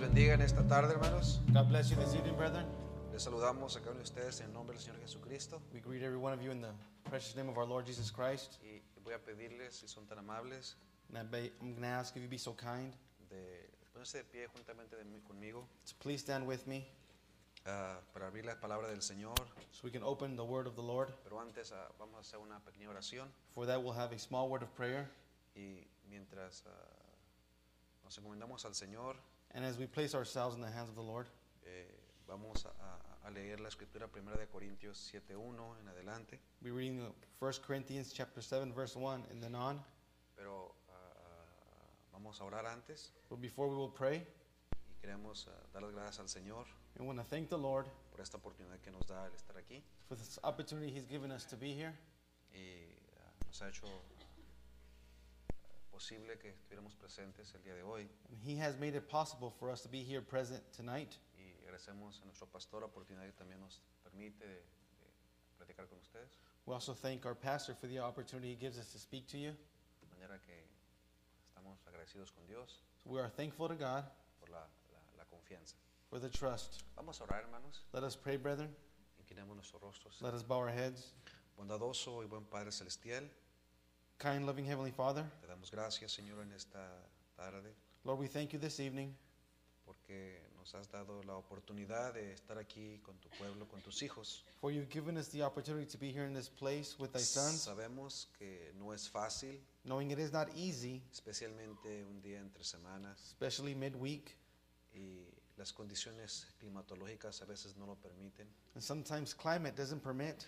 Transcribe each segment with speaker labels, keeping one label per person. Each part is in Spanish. Speaker 1: bendiga en esta tarde, hermanos.
Speaker 2: God bless you this evening, brethren.
Speaker 1: Les saludamos a cada uno de ustedes en nombre del Señor Jesucristo.
Speaker 2: We greet every one of you in the precious name of our Lord Jesus Christ.
Speaker 1: Y voy a pedirles, si son tan amables,
Speaker 2: And I ba- I'm going to ask if you be so kind
Speaker 1: de ponerse de pie juntamente de mí- conmigo
Speaker 2: to please stand with me
Speaker 1: ah, para abrir la palabra del Señor.
Speaker 2: so we can open the word of the Lord.
Speaker 1: Pero antes ah, vamos a hacer una pequeña oración
Speaker 2: For that, we'll have a small word of prayer.
Speaker 1: y mientras ah, nos encomendamos al Señor,
Speaker 2: And as we place ourselves in the hands of the Lord,
Speaker 1: eh, vamos a, a- a leer la escritura primera de Corintios 7.1 en adelante.
Speaker 2: we're reading the 1 Corinthians chapter 7, verse 1 and then on.
Speaker 1: Pero ah, vamos a orar antes
Speaker 2: But before we will pray,
Speaker 1: y queremos ah, dar las gracias al Señor
Speaker 2: we want to thank the Lord
Speaker 1: por esta oportunidad que nos da el estar aquí
Speaker 2: for this opportunity He's given us to be here.
Speaker 1: y ah, nos ha hecho ah, posible que estuviéramos presentes el día de hoy
Speaker 2: And He has made it possible for us to be here present tonight.
Speaker 1: y agradecemos a nuestro pastor la oportunidad que también nos permite de, de platicar con ustedes
Speaker 2: We also thank our pastor for the opportunity he gives us to speak to you.
Speaker 1: de manera que estamos agradecidos con Dios
Speaker 2: We are thankful to God
Speaker 1: por la, la- la confianza.
Speaker 2: for the trust.
Speaker 1: Vamos a orar hermanos,
Speaker 2: Let us pray, brethren.
Speaker 1: inclinamos nuestros rostros.
Speaker 2: Let us bow our heads.
Speaker 1: Bondadoso y buen Padre Celestial,
Speaker 2: Kind, loving Heavenly Father,
Speaker 1: te damos gracias Señor en esta tarde
Speaker 2: Lord, we thank you this evening
Speaker 1: porque nos has dado la oportunidad de estar aquí con tu pueblo, con tus hijos.
Speaker 2: for you've given us the opportunity to be here in this place with thy sons,
Speaker 1: Sabemos que no es fácil,
Speaker 2: knowing it is not easy,
Speaker 1: especialmente un día entre semanas,
Speaker 2: especially midweek,
Speaker 1: y las condiciones climatológicas a veces no lo permiten,
Speaker 2: and sometimes climate doesn't permit.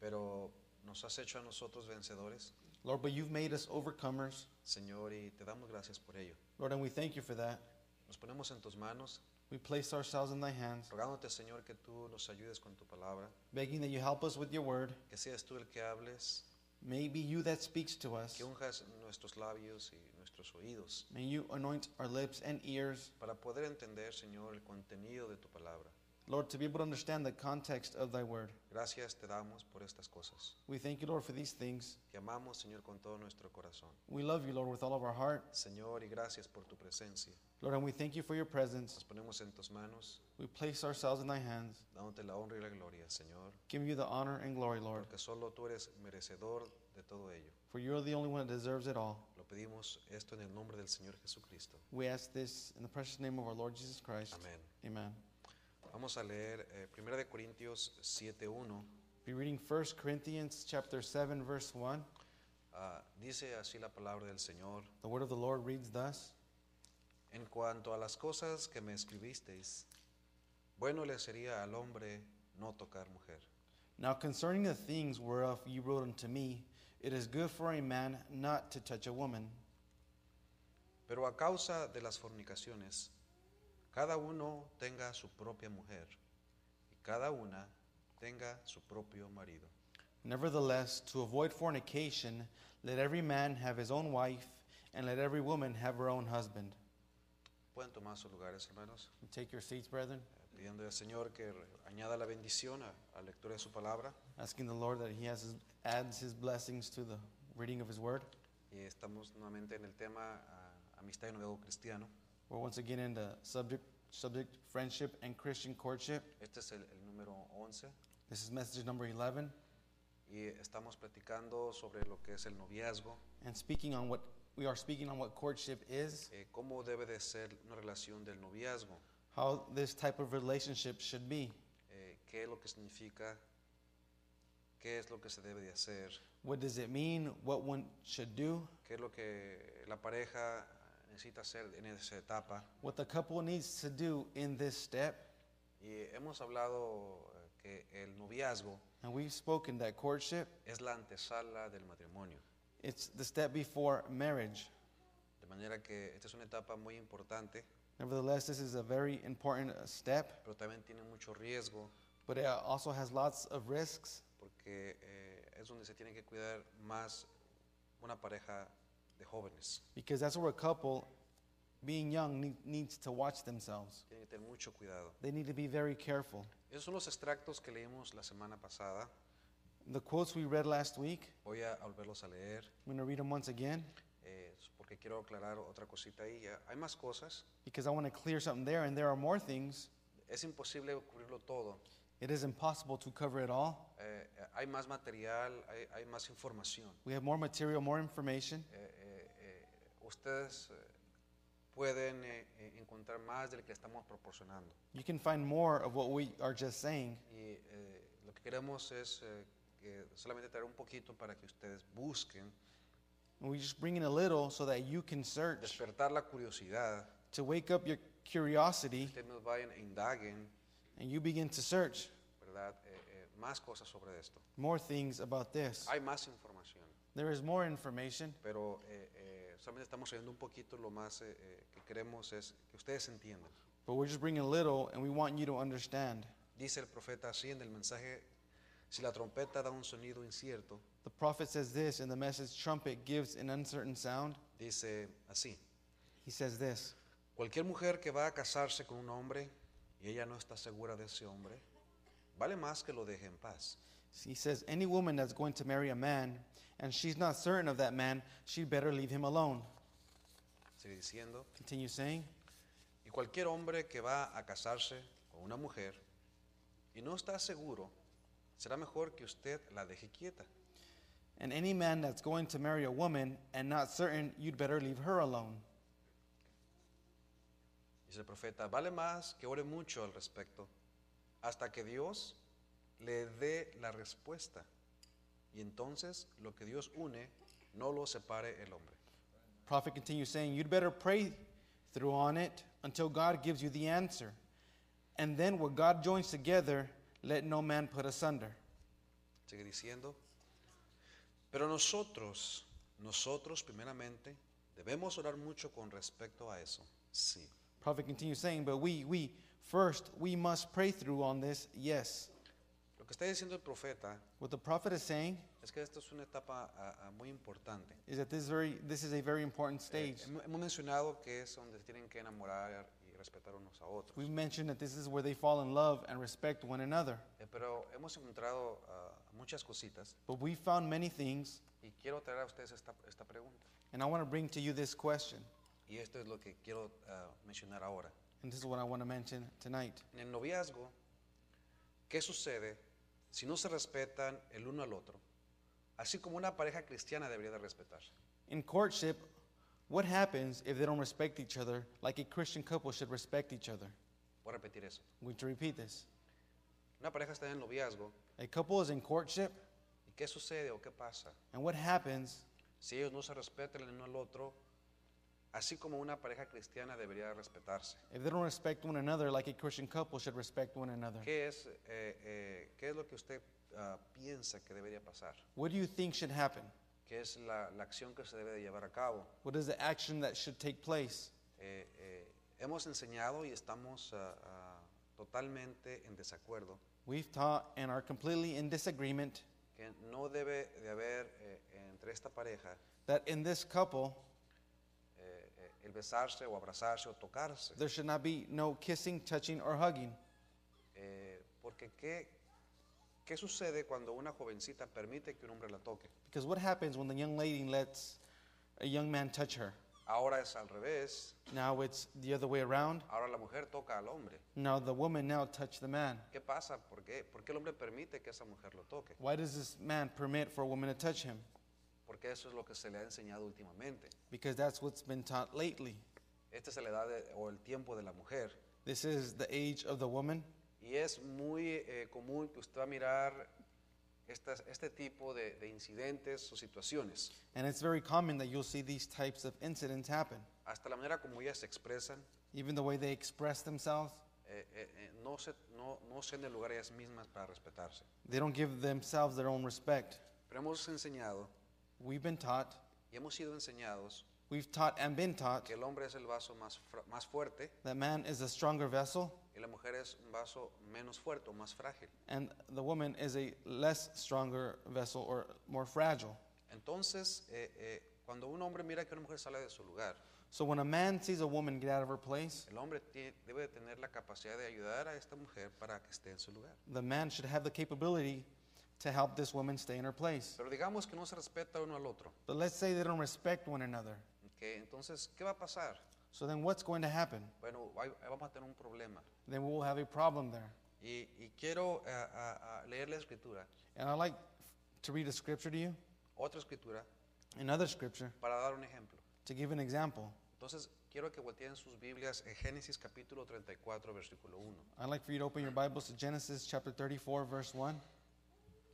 Speaker 1: pero nos has hecho a nosotros vencedores,
Speaker 2: Lord, but you've made us overcomers,
Speaker 1: Señor, y te damos gracias por ello.
Speaker 2: Lord, and we thank you for that.
Speaker 1: Nos ponemos en tus manos,
Speaker 2: We place ourselves in thy hands,
Speaker 1: rogándote, Señor, que tú nos ayudes con tu palabra,
Speaker 2: begging that you help us with your word.
Speaker 1: que seas tú el que hables,
Speaker 2: May be you that speaks to us.
Speaker 1: que unjas nuestros labios y nuestros oídos
Speaker 2: May you anoint our lips and ears,
Speaker 1: para poder entender, Señor, el contenido de tu palabra.
Speaker 2: Lord, to be able to understand the context of thy word.
Speaker 1: Gracias te damos por estas cosas.
Speaker 2: We thank you, Lord, for these things.
Speaker 1: Te amamos, Señor, con todo nuestro corazón.
Speaker 2: We love you, Lord, with all of our heart.
Speaker 1: Señor, y gracias por tu presencia.
Speaker 2: Lord, and we thank you for your presence.
Speaker 1: Nos ponemos en tus manos,
Speaker 2: We place ourselves in thy hands,
Speaker 1: dándote la honra y la gloria, Señor,
Speaker 2: giving you the honor and glory, Lord,
Speaker 1: porque solo tú eres merecedor de todo ello.
Speaker 2: for you're the only one that deserves it all.
Speaker 1: Lo pedimos esto en el nombre del Señor Jesucristo.
Speaker 2: We ask this in the precious name of our Lord Jesus Christ.
Speaker 1: Amén.
Speaker 2: Amen.
Speaker 1: Vamos a leer eh, 1 de Corintios 7.1.
Speaker 2: Be reading 1 Corinthians chapter 7 verse 1.
Speaker 1: Ah, dice así la palabra del Señor.
Speaker 2: The word of the Lord reads thus:
Speaker 1: En cuanto a las cosas que me escribisteis, bueno le sería al hombre no tocar mujer.
Speaker 2: Now concerning the things whereof ye wrote unto me, it is good for a man not to touch a woman.
Speaker 1: Pero a causa de las fornicaciones, cada uno tenga su propia mujer y cada una tenga su propio marido.
Speaker 2: Nevertheless, to avoid fornication, let every man have his own wife, and let every woman have her own husband.
Speaker 1: Pueden tomar sus lugares, hermanos,
Speaker 2: Take your seats, brethren,
Speaker 1: eh, pidiendo al Señor que re- añada la bendición a a la lectura de su palabra.
Speaker 2: asking the Lord that He has his, adds His blessings to the reading of His Word.
Speaker 1: Y estamos nuevamente en el tema ah, amistad y noviazgo cristiano.
Speaker 2: We're once again in the subject, subject friendship and Christian courtship.
Speaker 1: Este es el, el número 11
Speaker 2: This is message number 11,
Speaker 1: y estamos platicando sobre lo que es el noviazgo,
Speaker 2: and speaking on what we are speaking on what courtship is,
Speaker 1: eh, cómo debe de ser una relación del noviazgo,
Speaker 2: how this type of relationship should be,
Speaker 1: eh, qué es lo que significa, qué es lo que se debe de hacer,
Speaker 2: what does it mean, what one should do,
Speaker 1: qué es lo que la pareja necesita hacer en esa etapa.
Speaker 2: what the couple needs to do in this step.
Speaker 1: Y hemos hablado eh, que el noviazgo
Speaker 2: And we've spoken that courtship,
Speaker 1: es la antesala del matrimonio.
Speaker 2: it's the step before marriage.
Speaker 1: De manera que esta es una etapa muy importante,
Speaker 2: Nevertheless, this is a very important uh, step,
Speaker 1: pero también tiene mucho riesgo
Speaker 2: but it uh, also has lots of risks
Speaker 1: porque eh, es donde se tiene que cuidar más una pareja de jóvenes.
Speaker 2: because that's where a couple, being young, need, needs to watch themselves.
Speaker 1: Tienen que tener mucho cuidado.
Speaker 2: They need to be very careful.
Speaker 1: Esos son los extractos que leímos la semana pasada.
Speaker 2: The quotes we read last week,
Speaker 1: Voy a volverlos a leer
Speaker 2: I'm going to read them once again
Speaker 1: eh, porque porque quiero aclarar otra cosita ahí. eh, Hay más cosas.
Speaker 2: because I want to clear something there, and there are more things.
Speaker 1: Es imposible cubrirlo todo.
Speaker 2: It is impossible to cover it all.
Speaker 1: Eh, eh, hay más material, hay, hay más información.
Speaker 2: We have more material, more information.
Speaker 1: Eh, eh, eh, ustedes eh, pueden eh, eh, encontrar más del que estamos proporcionando.
Speaker 2: You can find more of what we are just saying.
Speaker 1: Y eh, lo que queremos es eh, que solamente traer un poquito para que ustedes busquen,
Speaker 2: And we just bring in a little so that you can search
Speaker 1: despertar la curiosidad,
Speaker 2: to wake up your curiosity
Speaker 1: ustedes nos vayan e indaguen,
Speaker 2: and you begin to search
Speaker 1: ¿verdad? Eh, eh, más cosas sobre esto.
Speaker 2: more things about this.
Speaker 1: Hay más información,
Speaker 2: There is more information,
Speaker 1: pero eh, eh, solamente estamos trayendo un poquito, lo más eh, eh, que queremos es que ustedes entiendan.
Speaker 2: but we're just bringing a little and we want you to understand.
Speaker 1: Dice el profeta así en el mensaje, si la trompeta da un sonido incierto,
Speaker 2: The prophet says this in the message trumpet gives an uncertain sound.
Speaker 1: dice así,
Speaker 2: He says this
Speaker 1: Cualquier mujer que va a casarse con un hombre y ella no está segura de ese hombre, vale más que lo deje en paz.
Speaker 2: He says, Any woman that's going to marry a man and she's not certain of that man, she better leave him alone.
Speaker 1: Sigue diciendo,
Speaker 2: Continue saying,
Speaker 1: y cualquier hombre que va a casarse con una mujer y no está seguro, será mejor que usted la deje quieta.
Speaker 2: And any man that's going to marry a woman and not certain, you'd better leave her alone.
Speaker 1: Dice el profeta, vale más que ore mucho al respecto, hasta que Dios le dé la respuesta. Y entonces lo que Dios une, no lo separe el hombre.
Speaker 2: Prophet continues saying, You'd better pray through on it until God gives you the answer. And then what God joins together, let no man put asunder.
Speaker 1: Sigue diciendo, pero nosotros, nosotros primeramente, debemos orar mucho con respecto a eso. Sí.
Speaker 2: Prophet continues saying, But we, we, first, we must pray through on this, yes.
Speaker 1: Lo que está diciendo el profeta
Speaker 2: What the prophet is saying
Speaker 1: es que esto es una etapa ah, ah, muy importante.
Speaker 2: is that this, very, this is a very important stage.
Speaker 1: Hemo- Hemos mencionado que es donde se tienen que enamorar y respetar unos a otros.
Speaker 2: We've mentioned that this is where they fall in love and respect one another.
Speaker 1: Eh, Pero hemos encontrado ah, muchas cositas
Speaker 2: But we found many things,
Speaker 1: y quiero traer a ustedes esta, esta pregunta.
Speaker 2: and I want to bring to you this question.
Speaker 1: Y esto es lo que quiero ah, mencionar ahora.
Speaker 2: And this is what I want to mention tonight.
Speaker 1: En el noviazgo, ¿qué sucede si no se respetan el uno al otro? Así como una pareja cristiana debería de respetar.
Speaker 2: In courtship, what happens if they don't respect each other like a Christian couple should respect each other?
Speaker 1: Voy a repetir eso.
Speaker 2: I'm going to repeat this.
Speaker 1: Una pareja está en el noviazgo,
Speaker 2: A couple is in courtship,
Speaker 1: ¿y qué sucede o qué pasa
Speaker 2: and what happens
Speaker 1: si ellos no se respetan el uno al otro? Así como una pareja cristiana debería de respetarse.
Speaker 2: if they don't respect one another like a Christian couple should respect one another?
Speaker 1: ¿Qué es, eh, eh, ¿qué es lo que usted ah, piensa que debería pasar?
Speaker 2: What do you think should happen?
Speaker 1: ¿Qué es la, la acción que se debe de llevar a cabo?
Speaker 2: What is the action that should take place?
Speaker 1: Eh, eh, hemos enseñado y estamos ah, ah, totalmente en desacuerdo
Speaker 2: We've taught and are completely in disagreement
Speaker 1: que no debe de haber eh, entre esta pareja
Speaker 2: that in this couple,
Speaker 1: eh, eh, el besarse o abrazarse o tocarse.
Speaker 2: there should not be no kissing, touching, or hugging.
Speaker 1: Eh, porque ¿qué, ¿qué sucede cuando una jovencita permite que un hombre la toque?
Speaker 2: Because what happens when the young lady lets a young man touch her?
Speaker 1: Ahora es al revés,
Speaker 2: Now it's the other way around.
Speaker 1: ahora la mujer toca al hombre.
Speaker 2: Now the woman now touched the man.
Speaker 1: ¿Qué pasa? ¿Por qué? ¿Por qué el hombre permite que esa mujer lo toque?
Speaker 2: Why does this man permit for a woman to touch him?
Speaker 1: Porque eso es lo que se le ha enseñado últimamente.
Speaker 2: Because that's what's been taught lately.
Speaker 1: Esta es la edad de- o el tiempo de la mujer.
Speaker 2: This is the age of the woman,
Speaker 1: Y es muy eh, común que usted va a mirar estas- este tipo de, de incidentes o situaciones,
Speaker 2: and it's very common that you'll see these types of incidents happen.
Speaker 1: hasta la manera como ellas se expresan,
Speaker 2: Even the way they express themselves,
Speaker 1: eh, eh, eh, no, se, no, no se en el lugar ellas mismas para respetarse.
Speaker 2: they don't give themselves their own respect.
Speaker 1: Pero hemos enseñado
Speaker 2: We've been taught,
Speaker 1: y hemos sido enseñados
Speaker 2: we've taught and been taught
Speaker 1: que el hombre es el vaso más, fra- más fuerte
Speaker 2: that man is a stronger vessel
Speaker 1: y la mujer es un vaso menos fuerte o más frágil.
Speaker 2: and the woman is a less stronger vessel or more fragile.
Speaker 1: Entonces, eh, eh, cuando un hombre mira que una mujer sale de su lugar,
Speaker 2: So when a man sees a woman get out of her place,
Speaker 1: el hombre tie- debe de tener la capacidad de ayudar a esta mujer para que esté en su lugar.
Speaker 2: the man should have the capability to help this woman stay in her place.
Speaker 1: Pero digamos que no se respeta uno al otro.
Speaker 2: But let's say they don't respect one another.
Speaker 1: Que entonces, ¿qué va a pasar?
Speaker 2: So then what's going to happen?
Speaker 1: Bueno, ahí ahí vamos a tener un problema.
Speaker 2: Then we'll have a problem there.
Speaker 1: Y, y quiero eh, a- a leer la escritura,
Speaker 2: And I'd like to read a scripture to you,
Speaker 1: otra escritura,
Speaker 2: another scripture,
Speaker 1: para dar un ejemplo.
Speaker 2: to give an example.
Speaker 1: Entonces, quiero que volteen sus Biblias en Génesis capítulo 34, versículo 1.
Speaker 2: I'd like for you to open your Bibles to Genesis chapter 34, verse 1.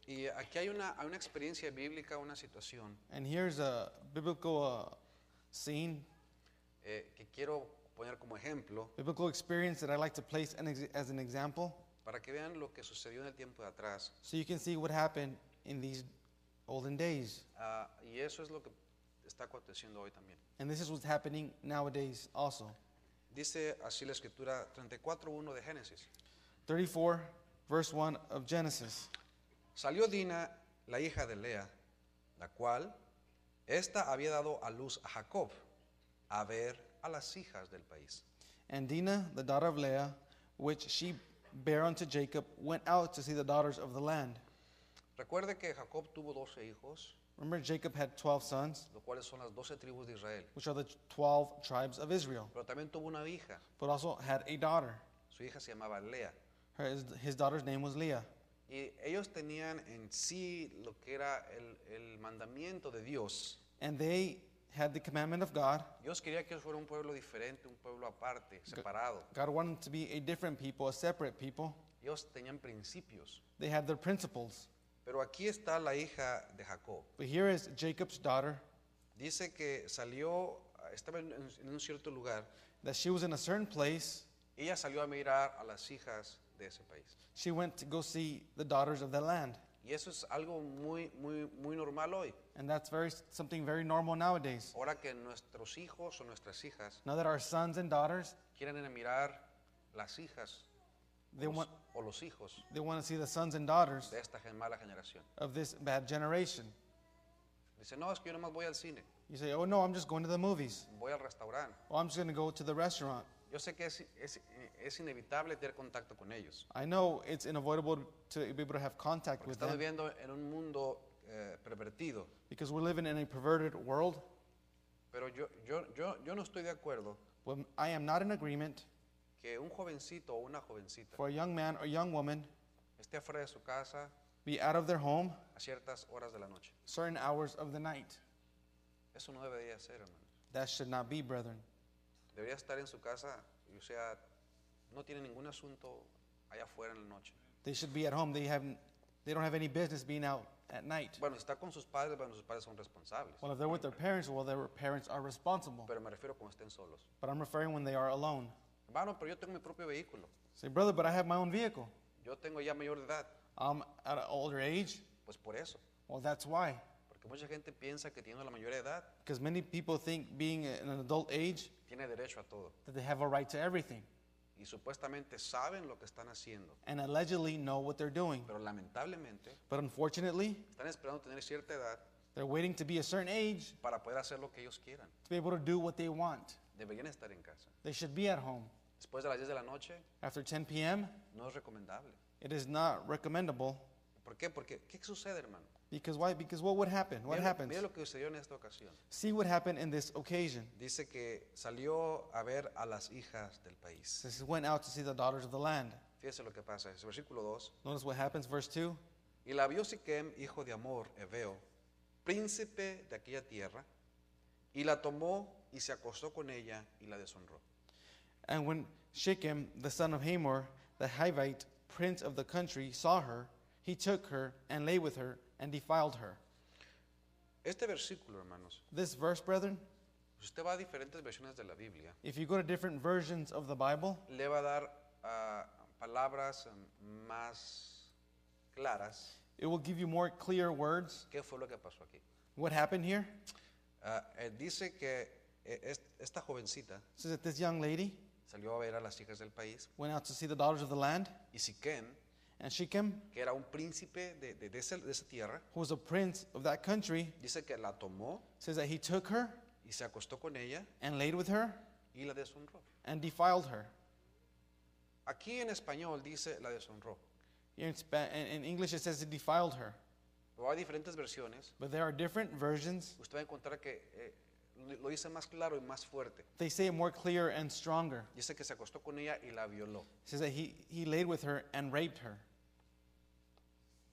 Speaker 1: Y aquí hay una, hay una experiencia bíblica, una situación
Speaker 2: And here's a biblical uh, scene,
Speaker 1: eh, que quiero poner como ejemplo
Speaker 2: biblical experience that I like to place an ex- as an example
Speaker 1: para que vean lo que sucedió en el tiempo de atrás.
Speaker 2: so you can see what happened in these olden days.
Speaker 1: Ah, y eso es lo que está aconteciendo hoy también.
Speaker 2: And this is what's happening nowadays also.
Speaker 1: Dice así la escritura 34.1 de Génesis.
Speaker 2: 34, verse 1 of Genesis.
Speaker 1: Salió Dina, la hija de Lea, la cual ésta había dado a luz a Jacob, a ver a las hijas del país.
Speaker 2: And Dinah, the daughter of Leah, which she bare unto Jacob, went out to see the daughters of the land.
Speaker 1: Recuerde que Jacob tuvo 12 hijos,
Speaker 2: Remember, Jacob had 12 sons,
Speaker 1: los cuales son las 12 tribus de Israel,
Speaker 2: which are the 12 tribes of Israel,
Speaker 1: pero también tuvo una hija,
Speaker 2: but also had a daughter.
Speaker 1: su hija se llamaba Lea.
Speaker 2: Her, his daughter's name was Leah.
Speaker 1: Y ellos tenían en sí lo que era el, el mandamiento de Dios.
Speaker 2: And they had the commandment of God.
Speaker 1: Dios quería que ellos fueran un pueblo diferente, un pueblo aparte, separado.
Speaker 2: God wanted them to be a different people, a separate people.
Speaker 1: Ellos tenían principios.
Speaker 2: They had their principles.
Speaker 1: Pero aquí está la hija de Jacob.
Speaker 2: But here is Jacob's daughter,
Speaker 1: Dice que salió, estaba en, en un cierto lugar,
Speaker 2: that she was in a certain place.
Speaker 1: ella salió a mirar a las hijas de ese país.
Speaker 2: She went to go see the daughters of the land.
Speaker 1: Y eso es algo muy, muy, muy normal hoy.
Speaker 2: And that's very something very normal nowadays.
Speaker 1: Ahora que nuestros hijos o nuestras hijas
Speaker 2: Now that our sons and daughters,
Speaker 1: quieren ir a mirar las hijas
Speaker 2: they
Speaker 1: o los-
Speaker 2: want,
Speaker 1: o los hijos
Speaker 2: they want to see the sons and daughters
Speaker 1: de esta gen- mala generación.
Speaker 2: of this bad generation.
Speaker 1: Dice, no, es que yo nomás voy al cine,
Speaker 2: You say, oh no, I'm just going to the movies.
Speaker 1: voy al restaurante.
Speaker 2: Oh, I'm just going to go to the restaurant.
Speaker 1: Yo sé que es, es- es inevitable tener contacto con ellos.
Speaker 2: I know it's inavoidable to be able to have contact
Speaker 1: Porque
Speaker 2: with
Speaker 1: estamos
Speaker 2: them
Speaker 1: viviendo en un mundo eh, pervertido.
Speaker 2: because we're living in a perverted world.
Speaker 1: Pero yo, yo, yo, yo no estoy de acuerdo
Speaker 2: But I am not in agreement
Speaker 1: que un jovencito o una jovencita
Speaker 2: for a young man or young woman
Speaker 1: esté afuera de su casa
Speaker 2: be out of their home
Speaker 1: a ciertas horas de la noche.
Speaker 2: certain hours of the night.
Speaker 1: Eso no debería ser, hermano.
Speaker 2: That should not be, brethren.
Speaker 1: Debería estar en su casa, y, o sea, no tiene ningún asunto allá afuera en la noche.
Speaker 2: They should be at home. They have they don't have any business being out at night.
Speaker 1: Bueno, si está con sus padres, bueno, sus padres son responsables.
Speaker 2: Well, if they're with their parents, well, their parents are responsible.
Speaker 1: Pero me refiero cuando estén solos.
Speaker 2: But I'm referring when they are alone.
Speaker 1: Hermano, pero yo tengo mi propio vehículo.
Speaker 2: Say, brother, but I have my own vehicle.
Speaker 1: Yo tengo ya mayor de edad.
Speaker 2: I'm at an older age.
Speaker 1: Pues por eso.
Speaker 2: Well, that's why.
Speaker 1: Porque mucha gente piensa que teniendo la mayor edad,
Speaker 2: Because many people think being in an adult age
Speaker 1: tiene derecho a todo.
Speaker 2: that they have a right to everything
Speaker 1: Y supuestamente saben lo que están haciendo.
Speaker 2: and allegedly know what they're doing.
Speaker 1: Pero lamentablemente,
Speaker 2: But unfortunately,
Speaker 1: están esperando tener cierta edad
Speaker 2: they're waiting to be a certain age
Speaker 1: para poder hacer lo que ellos quieran.
Speaker 2: to be able to do what they want.
Speaker 1: Deberían estar en casa.
Speaker 2: They should be at home.
Speaker 1: Después de las 10 de la noche,
Speaker 2: After 10 p.m.,
Speaker 1: no es recomendable.
Speaker 2: it is not recommendable.
Speaker 1: ¿Por qué? Porque, ¿qué sucede, hermano?
Speaker 2: Because why? Because what would happen? What
Speaker 1: mira,
Speaker 2: happens?
Speaker 1: mira lo que sucedió en esta ocasión.
Speaker 2: See what happened in this occasion.
Speaker 1: Dice que salió a ver a las hijas del país.
Speaker 2: Since he went out to see the daughters of the land.
Speaker 1: Fíjese lo que pasa. Es versículo 2.
Speaker 2: Notice what happens, verse 2.
Speaker 1: Y la vio Siquem, hijo de Amor, Ebeo, príncipe de aquella tierra, y la tomó y se acostó con ella y la deshonró.
Speaker 2: And when Shechem, the son of Hamor, the Hivite, prince of the country, saw her, he took her and lay with her and defiled her.
Speaker 1: Este versículo, hermanos,
Speaker 2: This verse, brethren,
Speaker 1: si usted va a diferentes versiones de la Biblia,
Speaker 2: if you go to different versions of the Bible,
Speaker 1: le va a dar ah, palabras mm, más claras.
Speaker 2: it will give you more clear words.
Speaker 1: ¿Qué fue lo que pasó aquí?
Speaker 2: What happened here?
Speaker 1: Ah, eh, dice que eh, es- esta jovencita
Speaker 2: It says that this young lady
Speaker 1: salió a ver a las hijas del país
Speaker 2: went out to see the daughters of the land,
Speaker 1: y Siquem,
Speaker 2: and Shechem,
Speaker 1: que era un príncipe de, de- de ese- de esa tierra,
Speaker 2: who was a prince of that country,
Speaker 1: dice que la tomó
Speaker 2: says that he took her
Speaker 1: y se acostó con ella
Speaker 2: and laid with her
Speaker 1: y la deshonró.
Speaker 2: and defiled her.
Speaker 1: Aquí en español dice la deshonró,
Speaker 2: Here in, Spa- in- in English, it says he defiled her.
Speaker 1: pero hay diferentes versiones.
Speaker 2: But there are different versions.
Speaker 1: Usted va a encontrar que eh, lo dice más claro y más fuerte.
Speaker 2: They say it more clear and stronger.
Speaker 1: Dice que se acostó con ella y la violó.
Speaker 2: It says that he, he laid with her and raped her.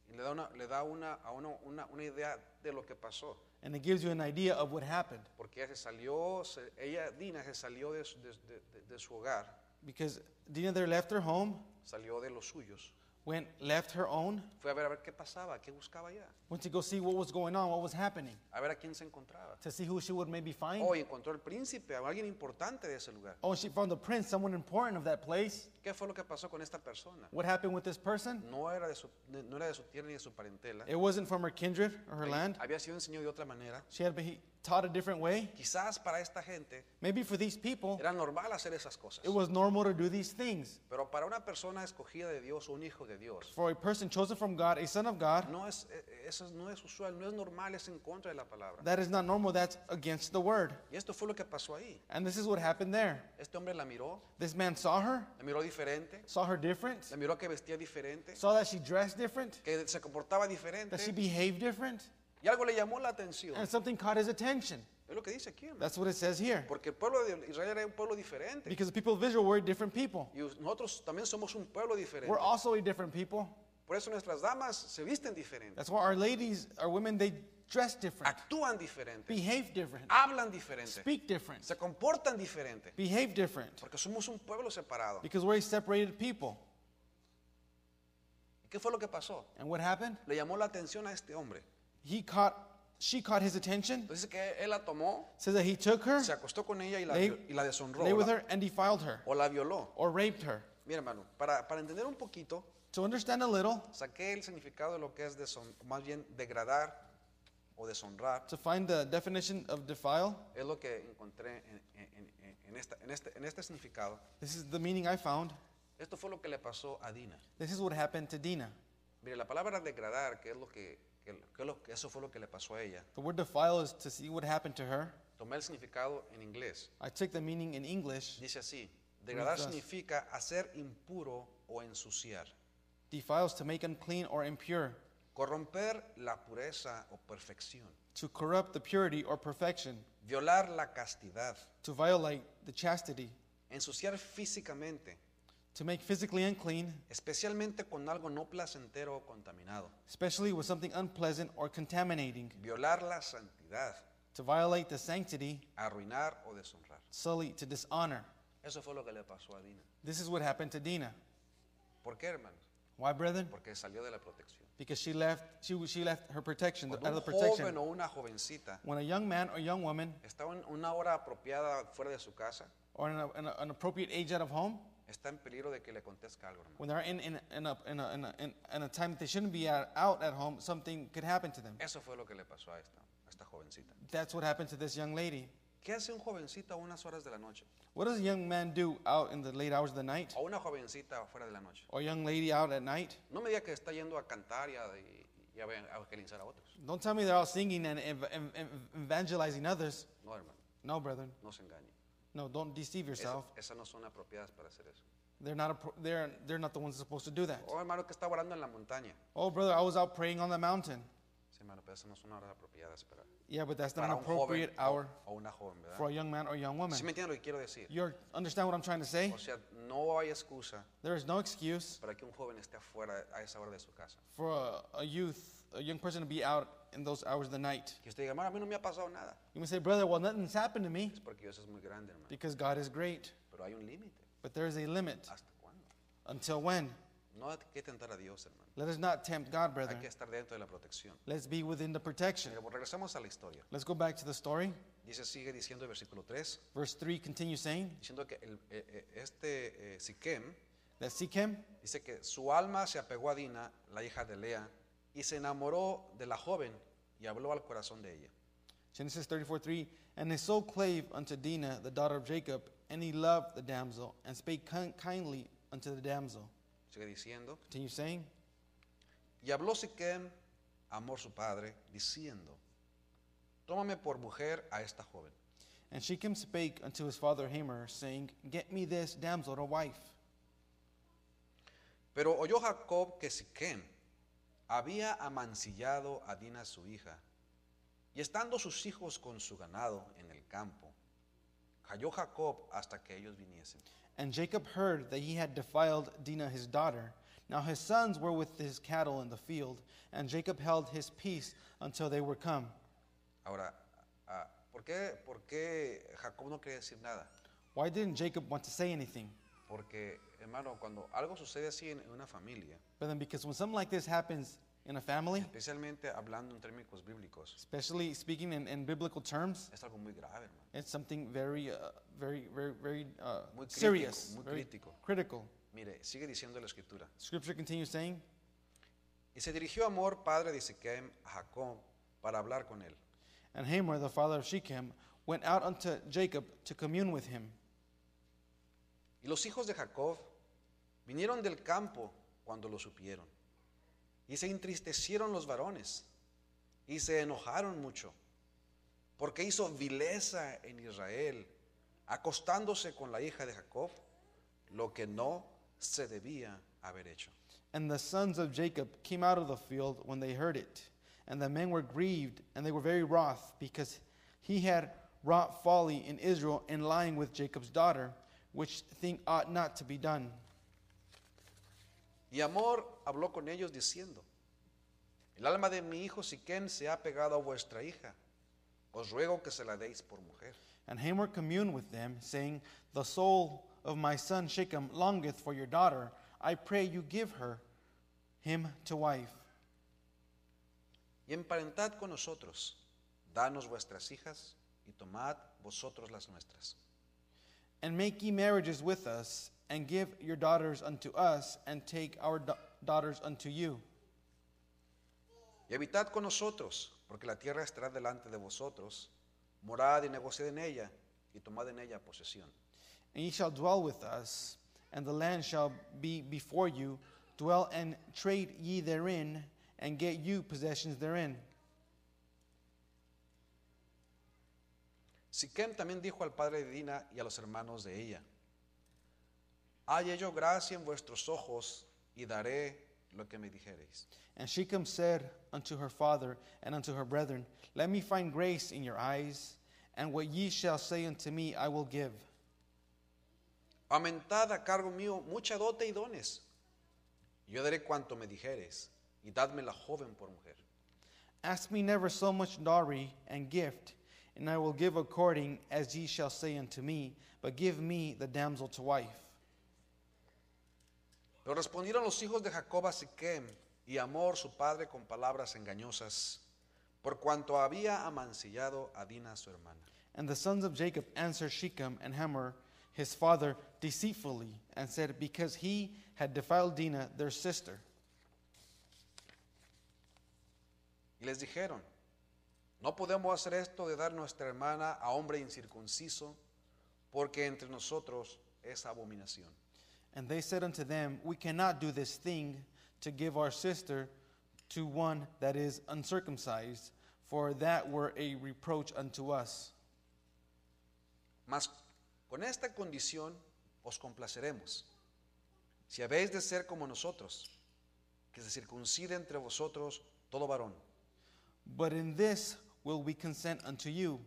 Speaker 1: Y le da una, le da una, a uno una, una idea de lo que pasó.
Speaker 2: And it gives you an idea of what happened.
Speaker 1: Porque ella se salió, se- ella, Dina, se salió de, su- de- de- de- de su hogar,
Speaker 2: Because Dina there left her home,
Speaker 1: salió de los suyos.
Speaker 2: went left her own,
Speaker 1: Fue a ver a ver qué pasaba, qué buscaba allá,
Speaker 2: went to go see what was going on, what was happening,
Speaker 1: a ver a quién se encontraba.
Speaker 2: to see who she would maybe find.
Speaker 1: Hoy encontró al príncipe, a alguien importante de ese lugar.
Speaker 2: Oh, she found the prince, someone important of that place.
Speaker 1: ¿Qué fue lo que pasó con esta persona?
Speaker 2: What happened with this person?
Speaker 1: No era de su, de- no era de su tierra ni de su parentela.
Speaker 2: It wasn't from her kindred or her land.
Speaker 1: Había sido enseñado de otra manera.
Speaker 2: She had been taught a different way.
Speaker 1: Quizás para esta gente
Speaker 2: Maybe for these people,
Speaker 1: era normal hacer esas cosas.
Speaker 2: it was normal to do these things.
Speaker 1: Pero para una persona escogida de Dios, un hijo de Dios,
Speaker 2: For a person chosen from God, a son of God,
Speaker 1: no es, eh, eso no es usual, no es normal, es en contra de la palabra.
Speaker 2: that is not normal. That's against the word.
Speaker 1: Y esto fue lo que pasó ahí.
Speaker 2: And this is what happened there.
Speaker 1: Este hombre la miró,
Speaker 2: This man saw her,
Speaker 1: la miró diferente,
Speaker 2: saw her different,
Speaker 1: la miró que vestía diferente,
Speaker 2: saw that she dressed different,
Speaker 1: que se comportaba
Speaker 2: that she
Speaker 1: diferente,
Speaker 2: behaved different,
Speaker 1: y algo le llamó la atención.
Speaker 2: and something caught his attention.
Speaker 1: Es lo que dice aquí, hermano.
Speaker 2: That's what it says here.
Speaker 1: Porque el pueblo de Israel era un pueblo diferente.
Speaker 2: Because the people of Israel were different people.
Speaker 1: Y us- nosotros también somos un pueblo diferente.
Speaker 2: We're also a different people.
Speaker 1: Por eso nuestras damas se visten diferente,
Speaker 2: That's why our ladies, our women, they dress different,
Speaker 1: actúan diferente,
Speaker 2: behave different,
Speaker 1: hablan diferente,
Speaker 2: speak different,
Speaker 1: se comportan diferente.
Speaker 2: behave different.
Speaker 1: Porque somos un pueblo separado.
Speaker 2: Because we're a separated people.
Speaker 1: ¿Y ¿Qué fue lo que pasó?
Speaker 2: And what happened?
Speaker 1: Le llamó la atención a este hombre.
Speaker 2: He caught, she caught his attention.
Speaker 1: Entonces que él la tomó,
Speaker 2: Says that he took her,
Speaker 1: se acostó con ella y la,
Speaker 2: Lay-
Speaker 1: vio- y la deshonró.
Speaker 2: lay
Speaker 1: o
Speaker 2: with
Speaker 1: la-
Speaker 2: her, and defiled her,
Speaker 1: o la violó.
Speaker 2: or raped her.
Speaker 1: Mira, hermano, para, para entender un poquito,
Speaker 2: To understand a little,
Speaker 1: saqué el significado de lo que es deshon- más bien degradar o deshonrar.
Speaker 2: to find the definition of defile,
Speaker 1: Es lo que encontré en, en- en- en esta- en este, en este significado.
Speaker 2: this is the meaning I found.
Speaker 1: Esto fue lo que le pasó a Dina.
Speaker 2: This is what happened to Dina.
Speaker 1: Mire, la palabra degradar, que es lo que, que lo- que es lo que- eso fue lo que le pasó a ella.
Speaker 2: The word defile is to see what happened to her.
Speaker 1: Tomé el significado en inglés.
Speaker 2: I took the meaning in English.
Speaker 1: Dice así, degradar
Speaker 2: Reemplazo.
Speaker 1: significa hacer impuro o ensuciar,
Speaker 2: Defiles to make unclean or impure,
Speaker 1: corromper la pureza o perfección,
Speaker 2: to corrupt the purity or perfection,
Speaker 1: violar la castidad,
Speaker 2: to violate the chastity,
Speaker 1: ensuciar físicamente,
Speaker 2: to make physically unclean,
Speaker 1: especialmente con algo no placentero o contaminado,
Speaker 2: especially with something unpleasant or contaminating,
Speaker 1: violar la santidad,
Speaker 2: to violate the sanctity,
Speaker 1: arruinar o deshonrar.
Speaker 2: sully, to dishonor.
Speaker 1: Eso fue lo que le pasó a Dina.
Speaker 2: This is what happened to Dina.
Speaker 1: ¿Por qué, hermanos?
Speaker 2: Why, brethren?
Speaker 1: Porque salió de la protección.
Speaker 2: Because she left, she, she left her protection, out of
Speaker 1: Cuando
Speaker 2: the
Speaker 1: un joven
Speaker 2: protection.
Speaker 1: o una jovencita
Speaker 2: When a young man or young woman,
Speaker 1: está en una hora apropiada fuera de su casa,
Speaker 2: or in a, in a, an appropriate age out of home,
Speaker 1: está en peligro de que le acontezca algo, hermano.
Speaker 2: when they're in, in, in, a, in, a, in, a, in, in a time that they shouldn't be at, out at home, something could happen to them.
Speaker 1: Eso fue lo que le pasó a esta, a esta jovencita.
Speaker 2: That's what happened to this young lady.
Speaker 1: ¿Qué hace un jovencito a unas horas de la noche?
Speaker 2: What does a young man do out in the late hours of the night,
Speaker 1: O una jovencita fuera de la noche.
Speaker 2: or a young lady out at night?
Speaker 1: No me diga que está yendo a cantar y a, y- y a evangelizar a otros.
Speaker 2: Don't tell me they're out singing and ev- ev- ev- evangelizing others.
Speaker 1: No, hermano,
Speaker 2: No, brethren.
Speaker 1: no se engañe.
Speaker 2: No, don't deceive
Speaker 1: Esa-
Speaker 2: yourself.
Speaker 1: esas no son apropiadas para hacer eso.
Speaker 2: They're not, appro they're, they're not the ones supposed to do that.
Speaker 1: O hermano que está orando en la montaña.
Speaker 2: Oh, brother, I was out praying on the mountain.
Speaker 1: Sí, hermano, pero esas no son horas apropiadas para,
Speaker 2: Yeah, but that's not an
Speaker 1: para un joven
Speaker 2: appropriate hour
Speaker 1: o, o una joven, ¿verdad?
Speaker 2: for a young man or young woman.
Speaker 1: ¿Sí me entiendes lo que quiero decir?
Speaker 2: You understand what I'm trying to say?
Speaker 1: O sea, no hay excusa
Speaker 2: There is no excuse
Speaker 1: para que un joven esté afuera a esa hora de su casa.
Speaker 2: for a, a youth, a young person to be out in those hours of the night.
Speaker 1: Que usted diga, hermano, a mí no me ha pasado nada.
Speaker 2: You may say, brother, well, nothing's happened to me
Speaker 1: Es porque Dios es muy grande, hermano.
Speaker 2: because God is great.
Speaker 1: Pero hay un límite.
Speaker 2: But there is a limit.
Speaker 1: ¿Hasta cuándo?
Speaker 2: Until when?
Speaker 1: No hay que tentar a Dios, hermano.
Speaker 2: Let us not tempt God,
Speaker 1: Hay
Speaker 2: brethren.
Speaker 1: que estar dentro de la protección.
Speaker 2: Let's be within the protection.
Speaker 1: Mira, pues, regresamos a la historia.
Speaker 2: Let's go back to the story.
Speaker 1: Dice, sigue diciendo el versículo 3,
Speaker 2: Verse 3 continues saying
Speaker 1: diciendo que el- eh, eh, este eh, Siquem
Speaker 2: that Sikhem,
Speaker 1: dice que su alma se apegó a Dina, la hija de Lea, y se enamoró de la joven y habló al corazón de ella.
Speaker 2: Genesis 34 3, and his soul clave unto Dinah, the daughter of Jacob, and he loved the damsel, and spake kin- kindly unto the damsel.
Speaker 1: Sigue diciendo,
Speaker 2: Continue saying,
Speaker 1: y habló Siquem, amor su padre, diciendo, tómame por mujer a esta joven.
Speaker 2: And Shechem spake unto his father Hamer, saying, Get me this damsel to wife.
Speaker 1: Pero oyó Jacob que Siquem había amancillado a Dina su hija, y estando sus hijos con su ganado en el campo. Cayó Jacob hasta que ellos viniesen.
Speaker 2: And Jacob heard that he had defiled Dinah his daughter. Now his sons were with his cattle in the field, and Jacob held his peace until they were come.
Speaker 1: Ahora, ah, ¿por, qué, ¿por qué Jacob no quería decir nada?
Speaker 2: Why didn't Jacob want to say anything?
Speaker 1: Porque, hermano, cuando algo sucede así en en una familia,
Speaker 2: But then, because when something like this happens in a family,
Speaker 1: especialmente hablando en términos bíblicos,
Speaker 2: especially speaking in, in biblical terms,
Speaker 1: es algo muy grave, hermano.
Speaker 2: it's something very, uh, very, very, very uh,
Speaker 1: Muy crítico,
Speaker 2: serious,
Speaker 1: muy
Speaker 2: very
Speaker 1: crítico.
Speaker 2: critical.
Speaker 1: Mire, sigue diciendo la escritura.
Speaker 2: Scripture continues saying,
Speaker 1: Y se dirigió Amor, padre de Siquem, a Jacob para hablar con él.
Speaker 2: And Hamor, the father of Shechem, went out unto Jacob to commune with him.
Speaker 1: Y los hijos de Jacob vinieron del campo cuando lo supieron. Y se entristecieron los varones y se enojaron mucho, porque hizo vileza en Israel, acostándose con la hija de Jacob, lo que no se debía haber hecho.
Speaker 2: And the sons of Jacob came out of the field when they heard it. And the men were grieved, and they were very wroth, because he had wrought folly in Israel in lying with Jacob's daughter, which thing ought not to be done.
Speaker 1: Y Amor habló con ellos diciendo, el alma de mi hijo Siquén se ha pegado a vuestra hija, os ruego que se la deis por mujer.
Speaker 2: And Hamor communed with them, saying, The soul of my son Shechem longeth for your daughter. I pray you give her him to wife.
Speaker 1: y emparentad con nosotros, danos vuestras hijas y tomad vosotros las nuestras.
Speaker 2: And make ye marriages with us, and give your daughters unto us, and take our da- daughters unto you.
Speaker 1: Y habitad con nosotros, porque la tierra estará delante de vosotros, morad y negociad en ella, y tomad en ella posesión.
Speaker 2: And ye shall dwell with us, and the land shall be before you. Dwell and trade ye therein, and get you possessions therein.
Speaker 1: Siquem también dijo al padre de Dina y a los hermanos de ella, Hay yo gracia en vuestros ojos, y daré lo que me dijereis.
Speaker 2: And Shechem said unto her father and unto her brethren, Let me find grace in your eyes, and what ye shall say unto me I will give.
Speaker 1: Aumentad a cargo mío mucha dote y dones. Yo daré cuanto me dijereis, y dadme la joven por mujer.
Speaker 2: Ask me never so much dowry and gift, and I will give according as ye shall say unto me, but give me the damsel to wife.
Speaker 1: Pero respondieron los hijos de Jacob a Siquem y Amor su padre con palabras engañosas, por cuanto había amancillado a Dina su hermana.
Speaker 2: And the sons of Jacob answered Shechem and Hamor, his father, deceitfully, and said, Because he had defiled Dinah, their sister.
Speaker 1: Y les dijeron, no podemos hacer esto de dar nuestra hermana a hombre incircunciso, porque entre nosotros es abominación.
Speaker 2: And they said unto them, We cannot do this thing to give our sister to one that is uncircumcised, for that were a reproach unto us.
Speaker 1: Mas con esta condición os complaceremos. Si habéis de ser como nosotros, que se circuncide entre vosotros todo varón,
Speaker 2: But in this will we consent unto you,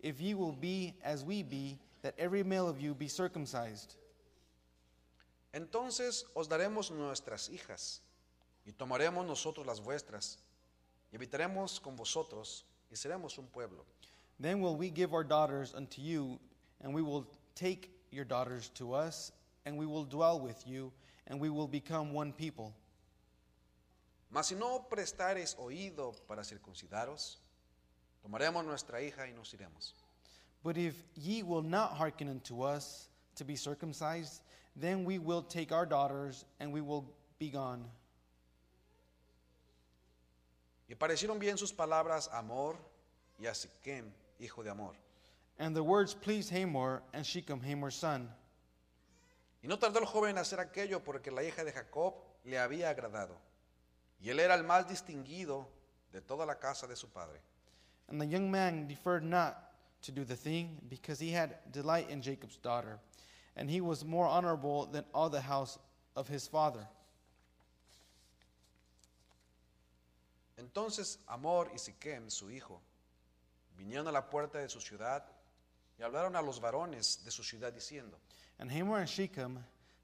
Speaker 2: if ye will be as we be, that every male of you be circumcised.
Speaker 1: Entonces os daremos nuestras hijas, y tomaremos nosotros las vuestras, y habitaremos con vosotros, y seremos un pueblo.
Speaker 2: Then will we give our daughters unto you, and we will take your daughters to us, and we will dwell with you, and we will become one people.
Speaker 1: Mas si no prestareis oído para circuncidaros, tomaremos nuestra hija y nos iremos.
Speaker 2: But if ye will not hearken unto us to be circumcised, then we will take our daughters, and we will be gone.
Speaker 1: Y parecieron bien sus palabras a Amor y a Siquem, hijo de Amor.
Speaker 2: And the words pleased Hamor and Shechem, Hamor's son.
Speaker 1: Y no tardó el joven en hacer aquello porque la hija de Jacob le había agradado. Y él era el más distinguido de toda la casa de su padre.
Speaker 2: And the young man deferred not to do the thing, because he had delight in Jacob's daughter, and he was more honorable than all the house of his father.
Speaker 1: Entonces Amor y Siquem, su hijo, vinieron a la puerta de su ciudad Y hablaron a los varones de su ciudad diciendo,
Speaker 2: And Hamor and Shechem,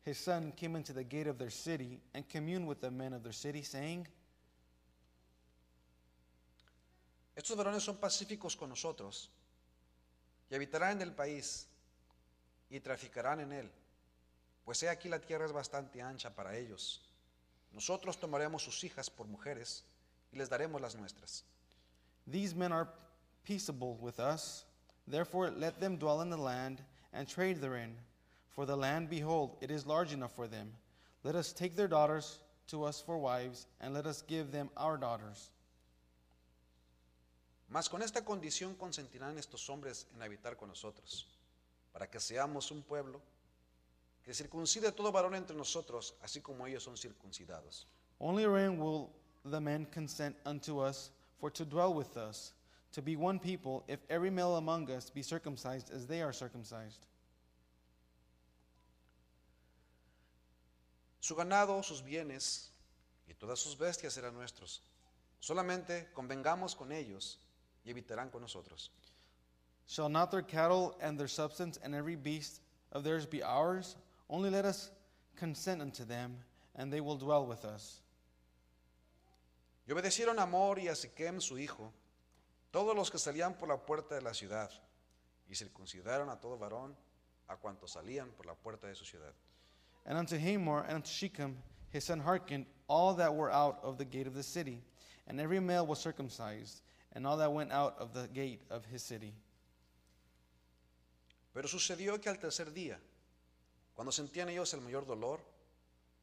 Speaker 2: his son, came into the gate of their city and communed with the men of their city, saying,
Speaker 1: estos varones son pacíficos con nosotros y habitarán en el país y traficarán en él, pues he aquí la tierra es bastante ancha para ellos. Nosotros tomaremos sus hijas por mujeres y les daremos las nuestras.
Speaker 2: These men are peaceable with us. Therefore, let them dwell in the land and trade therein. For the land, behold, it is large enough for them. Let us take their daughters to us for wives, and let us give them our daughters.
Speaker 1: Mas con esta condición consentirán estos hombres en habitar con nosotros, para que seamos un pueblo que circuncide todo varón entre nosotros, así como ellos son circuncidados.
Speaker 2: Only wherein will the men consent unto us for to dwell with us, to be one people, if every male among us be circumcised as they are circumcised.
Speaker 1: Su ganado, sus bienes y todas sus bestias serán nuestros. Solamente convengamos con ellos y habitarán con nosotros.
Speaker 2: Shall not their cattle and their substance and every beast of theirs be ours? Only let us consent unto them, and they will dwell with us.
Speaker 1: Y obedecieron a Amor y a Siquem su hijo, todos los que salían por la puerta de la ciudad, y circuncidaron a todo varón a cuantos salían por la puerta de su ciudad.
Speaker 2: And unto Hamor and unto Shechem his son hearkened all that were out of the gate of the city, and every male was circumcised, and all that went out of the gate of his city.
Speaker 1: Pero sucedió que al tercer día, cuando sentían ellos el mayor dolor,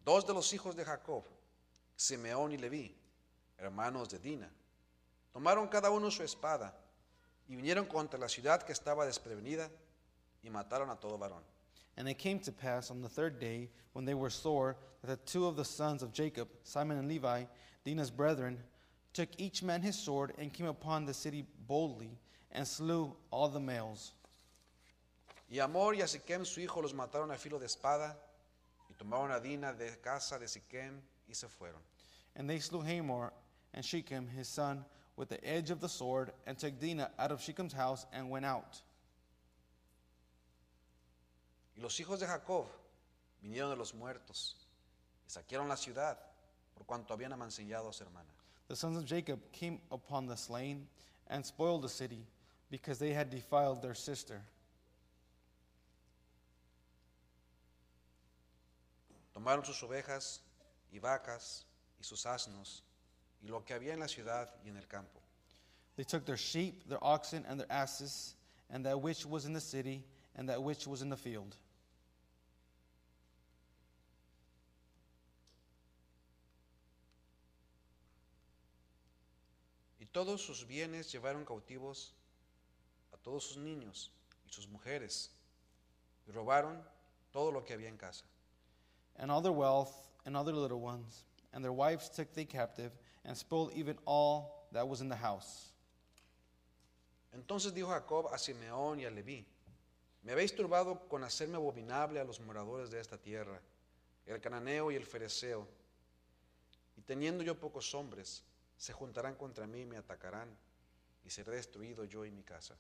Speaker 1: dos de los hijos de Jacob, Simeón y Leví, hermanos de Dina, tomaron cada uno su espada y vinieron contra la ciudad que estaba desprevenida y mataron a todo varón.
Speaker 2: And it came to pass on the third day, when they were sore, that the two of the sons of Jacob, Simon and Levi, Dinah's brethren, took each man his sword and came upon the city boldly and slew all the males.
Speaker 1: Y a Amor y a Siquem su hijo los mataron a filo de espada y tomaron a Dina de casa de Siquem y se fueron.
Speaker 2: And they slew Hamor and Shechem his son with the edge of the sword and took Dinah out of Shechem's house and went out.
Speaker 1: Y los hijos de Jacob vinieron de los muertos y saquearon la ciudad por cuanto habían amancillado a su hermana.
Speaker 2: The sons of Jacob came upon the slain and spoiled the city because they had defiled their sister.
Speaker 1: Tomaron sus ovejas y vacas y sus asnos y lo que había en la ciudad y en el campo.
Speaker 2: They took their sheep, their oxen, and their asses, and that which was in the city, and that which was in the field.
Speaker 1: Y todos sus bienes llevaron cautivos a todos sus niños y sus mujeres y robaron todo lo que había en casa.
Speaker 2: And all their wealth, and all their little ones, and their wives took they captive, and spoiled even all that was in the house.
Speaker 1: Entonces dijo Jacob a Simeón y a Leví, me habéis turbado con hacerme abominable a los moradores de esta tierra, el cananeo y el fereceo, y teniendo yo pocos hombres, se juntarán contra mí y me atacarán, y seré destruido yo y mi casa.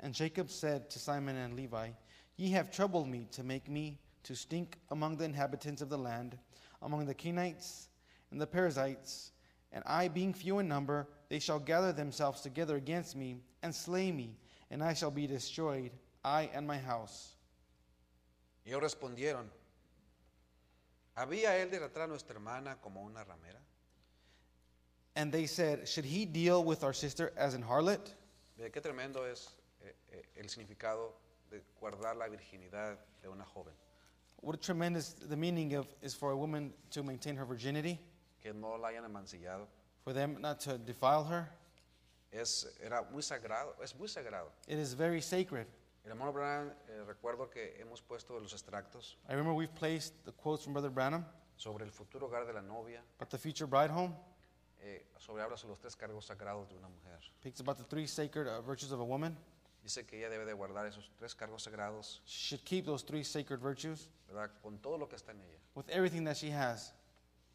Speaker 2: And Jacob said to Simon and Levi, Ye have troubled me to make me to stink among the inhabitants of the land, among the Kenites and the Perizzites, and I, being few in number, they shall gather themselves together against me and slay me, and I shall be destroyed, I and my house.
Speaker 1: Y ellos respondieron, ¿había él de tratar a nuestra hermana como una ramera?
Speaker 2: And they said, Should he deal with our sister as an harlot?
Speaker 1: Mire, qué tremendo es eh, eh, el significado de guardar la virginidad de una joven,
Speaker 2: What a tremendous the meaning of is for a woman to maintain her virginity,
Speaker 1: que no la hayan amancillado.
Speaker 2: for them not to defile her.
Speaker 1: Es, era muy sagrado, es muy sagrado.
Speaker 2: It is very sacred.
Speaker 1: El hermano Branham, eh, recuerdo que hemos puesto los extractos
Speaker 2: I remember we've placed the quotes from Brother Branham
Speaker 1: sobre el futuro hogar de la novia,
Speaker 2: about the future bride home,
Speaker 1: eh, sobre habla sobre los tres cargos sagrados de una mujer.
Speaker 2: speaks about the three sacred uh, virtues of a woman.
Speaker 1: Dice que ella debe de guardar esos tres cargos sagrados,
Speaker 2: She should keep those three sacred virtues
Speaker 1: ¿verdad? Con todo lo que está en ella.
Speaker 2: with everything that she has.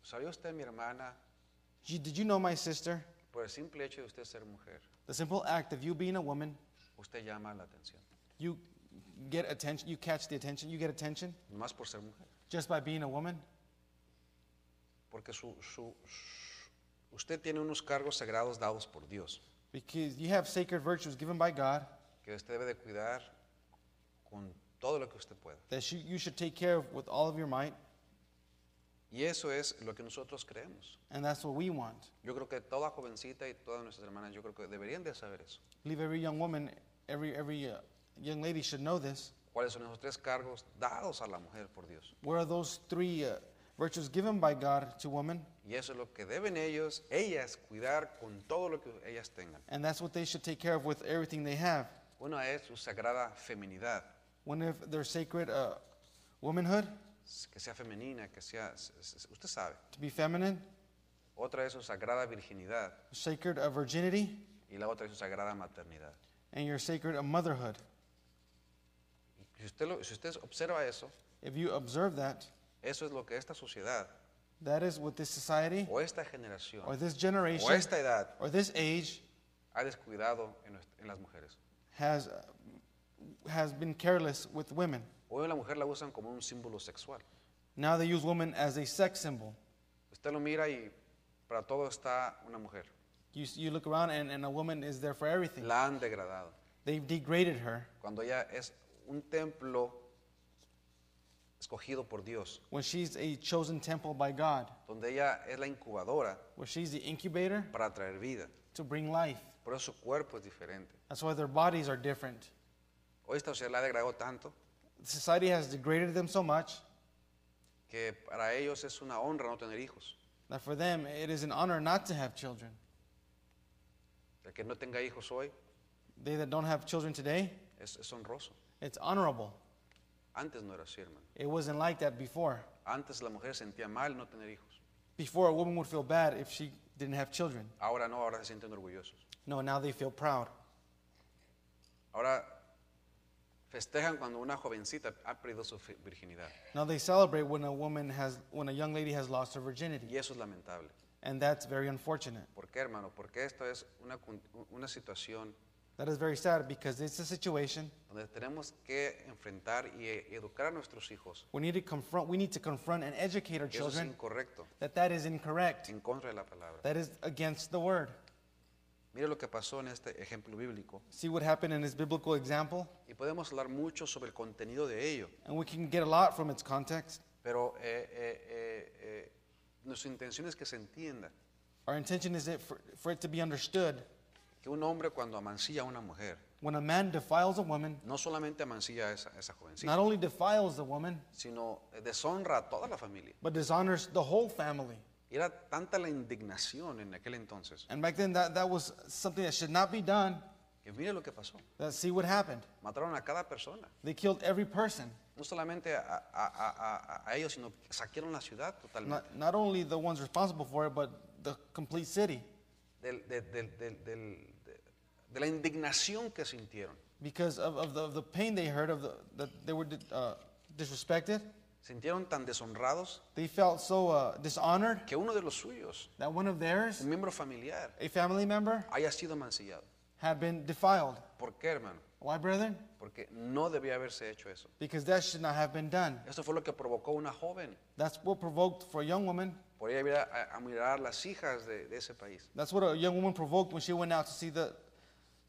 Speaker 1: ¿Sabía usted, mi hermana,
Speaker 2: Gee, did you know my sister?
Speaker 1: por el simple hecho de usted ser mujer,
Speaker 2: The simple act of you being a woman,
Speaker 1: usted llama la atención?
Speaker 2: you get attention, you catch the attention, you get attention
Speaker 1: más por ser mujer.
Speaker 2: just by being a woman?
Speaker 1: Porque su, su- su- usted tiene unos cargos sagrados dados por Dios,
Speaker 2: Because you have sacred virtues given by God
Speaker 1: que usted debe de cuidar con todo lo que usted pueda.
Speaker 2: that you, you should take care of with all of your might,
Speaker 1: Y eso es lo que nosotros creemos.
Speaker 2: and that's what we want.
Speaker 1: Yo creo que toda jovencita y todas nuestras hermanas, yo creo que deberían de saber eso.
Speaker 2: I believe every young woman, every, every uh, young lady should know this.
Speaker 1: ¿Cuáles son esos tres cargos dados a la mujer por Dios?
Speaker 2: What are those three uh, virtues given by God to women?
Speaker 1: Y eso es lo que deben ellos, ellas, cuidar con todo lo que ellas tengan.
Speaker 2: And that's what they should take care of with everything they have.
Speaker 1: Una es su sagrada feminidad,
Speaker 2: One of their sacred uh, womanhood,
Speaker 1: que sea femenina, que sea, s- s- usted sabe.
Speaker 2: to be feminine,
Speaker 1: Otra es su sagrada virginidad
Speaker 2: sacred uh, virginity,
Speaker 1: y la otra es su sagrada maternidad.
Speaker 2: and your sacred uh, motherhood.
Speaker 1: Y Si usted, lo- si usted observa eso,
Speaker 2: If you observe that,
Speaker 1: eso es lo que esta sociedad
Speaker 2: that is what this society
Speaker 1: o esta generación
Speaker 2: or this
Speaker 1: o
Speaker 2: generation
Speaker 1: esta edad
Speaker 2: or this age
Speaker 1: ha descuidado en, nues- en las mujeres.
Speaker 2: has, uh, has been careless with women.
Speaker 1: Hoy a la mujer la usan como un símbolo sexual.
Speaker 2: Now they use women as a sex symbol.
Speaker 1: Usted lo mira y para todo está una mujer.
Speaker 2: You, s- you look around and, and a woman is there for everything.
Speaker 1: La han degradado.
Speaker 2: They've degraded her
Speaker 1: Cuando ella es un templo escogido por Dios,
Speaker 2: when she's a chosen temple by God,
Speaker 1: donde ella es la incubadora
Speaker 2: where she's the incubator
Speaker 1: para traer vida.
Speaker 2: to bring life.
Speaker 1: Por eso su cuerpo es diferente.
Speaker 2: That's why their bodies are different.
Speaker 1: Hoy esta sociedad la ha degradado tanto
Speaker 2: Society has degraded them so much
Speaker 1: que para ellos es una honra no tener hijos.
Speaker 2: that for them it is an honor not to have children.
Speaker 1: El que no tenga hijos hoy
Speaker 2: They that don't have children today,
Speaker 1: es, es honroso.
Speaker 2: it's honorable.
Speaker 1: Antes no era así, hermano.
Speaker 2: It wasn't like that before.
Speaker 1: Antes la mujer sentía mal no tener hijos.
Speaker 2: Before, a woman would feel bad if she didn't have children.
Speaker 1: Ahora no, ahora se sienten orgullosos.
Speaker 2: No, now they feel proud.
Speaker 1: Ahora festejan cuando una jovencita ha perdido su fi- virginidad.
Speaker 2: Now they celebrate when a woman has, when a young lady has lost her virginity.
Speaker 1: Y eso es lamentable.
Speaker 2: And that's very unfortunate.
Speaker 1: ¿Por qué, hermano? Porque esto es una, cun- una situación
Speaker 2: That is very sad because it's a situation
Speaker 1: donde tenemos que enfrentar y e- educar a nuestros hijos.
Speaker 2: we need to confront, we need to confront and educate our
Speaker 1: Eso es
Speaker 2: children
Speaker 1: incorrecto,
Speaker 2: that that is incorrect.
Speaker 1: en contra de la palabra.
Speaker 2: That is against the word.
Speaker 1: Mire lo que pasó en este ejemplo bíblico.
Speaker 2: See what happened in this biblical example?
Speaker 1: Y podemos hablar mucho sobre el contenido de ello,
Speaker 2: And we can get a lot from its context.
Speaker 1: pero eh, eh, eh, eh, nuestra intención es que se entienda
Speaker 2: Our intention is it for, for it to be understood
Speaker 1: que un hombre cuando amancilla a una mujer,
Speaker 2: when a man defiles a woman,
Speaker 1: no solamente amancilla a esa, a esa jovencita,
Speaker 2: not only defiles the woman,
Speaker 1: sino eh, deshonra a toda la familia.
Speaker 2: but dishonors the whole family.
Speaker 1: Y era tanta la indignación en aquel entonces,
Speaker 2: And back then, that, that was something that should not be done.
Speaker 1: que mire lo que pasó.
Speaker 2: That see what happened.
Speaker 1: Mataron a cada persona.
Speaker 2: They killed every person,
Speaker 1: No solamente a, a- a- a- a ellos, sino que saquearon la ciudad totalmente.
Speaker 2: not, not only the ones responsible for it, but the complete city,
Speaker 1: Del- del- del- del- del- de, de la indignación que sintieron.
Speaker 2: because of, of, the, of the pain they heard of the, that they were uh, disrespected.
Speaker 1: Sintieron tan deshonrados
Speaker 2: They felt so uh, dishonored
Speaker 1: que uno de los suyos,
Speaker 2: that one of theirs,
Speaker 1: un miembro familiar,
Speaker 2: a family member,
Speaker 1: haya sido mancillado.
Speaker 2: had been defiled.
Speaker 1: ¿Por qué, hermano?
Speaker 2: Why, brethren?
Speaker 1: Porque no debía haberse hecho eso.
Speaker 2: Because that should not have been done.
Speaker 1: Esto fue lo que provocó una joven
Speaker 2: That's what provoked for a young woman.
Speaker 1: por ir a mirar, a- a mirar las hijas de, de ese país.
Speaker 2: That's what a young woman provoked when she went out to see the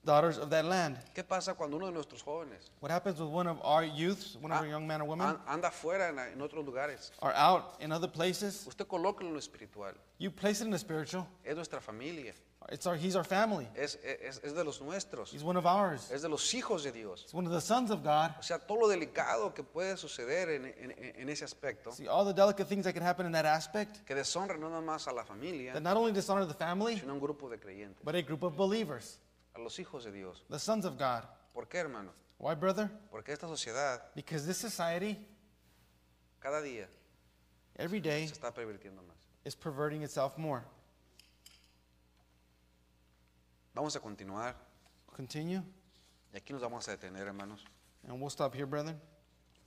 Speaker 2: daughters of that land.
Speaker 1: ¿Qué pasa cuando uno de nuestros jóvenes
Speaker 2: What happens with one of our youths, one of our young men or women,
Speaker 1: an- anda afuera en, en otros lugares?
Speaker 2: are out in other places?
Speaker 1: Usted colóquelo en lo espiritual.
Speaker 2: You place it in the spiritual.
Speaker 1: Es nuestra familia.
Speaker 2: It's our, he's our family.
Speaker 1: Es, e, es, es de los nuestros.
Speaker 2: He's one of ours.
Speaker 1: Es de los hijos de Dios.
Speaker 2: He's one of the sons of God.
Speaker 1: O sea, todo lo delicado que puede suceder en, en- en ese aspecto,
Speaker 2: See all the delicate things that can happen in that aspect
Speaker 1: que deshonra no nada más a la familia,
Speaker 2: that not only dishonor the family,
Speaker 1: sino a un grupo de creyentes,
Speaker 2: but a group of believers,
Speaker 1: a los hijos de Dios.
Speaker 2: the sons of God.
Speaker 1: ¿Por qué, hermano?
Speaker 2: Why, brother?
Speaker 1: Porque esta sociedad
Speaker 2: Because this society
Speaker 1: cada día
Speaker 2: every day
Speaker 1: se está pervirtiendo más.
Speaker 2: is perverting itself more.
Speaker 1: Vamos a continuar
Speaker 2: Continue,
Speaker 1: y aquí nos vamos a detener, hermanos.
Speaker 2: and we'll stop here, brethren.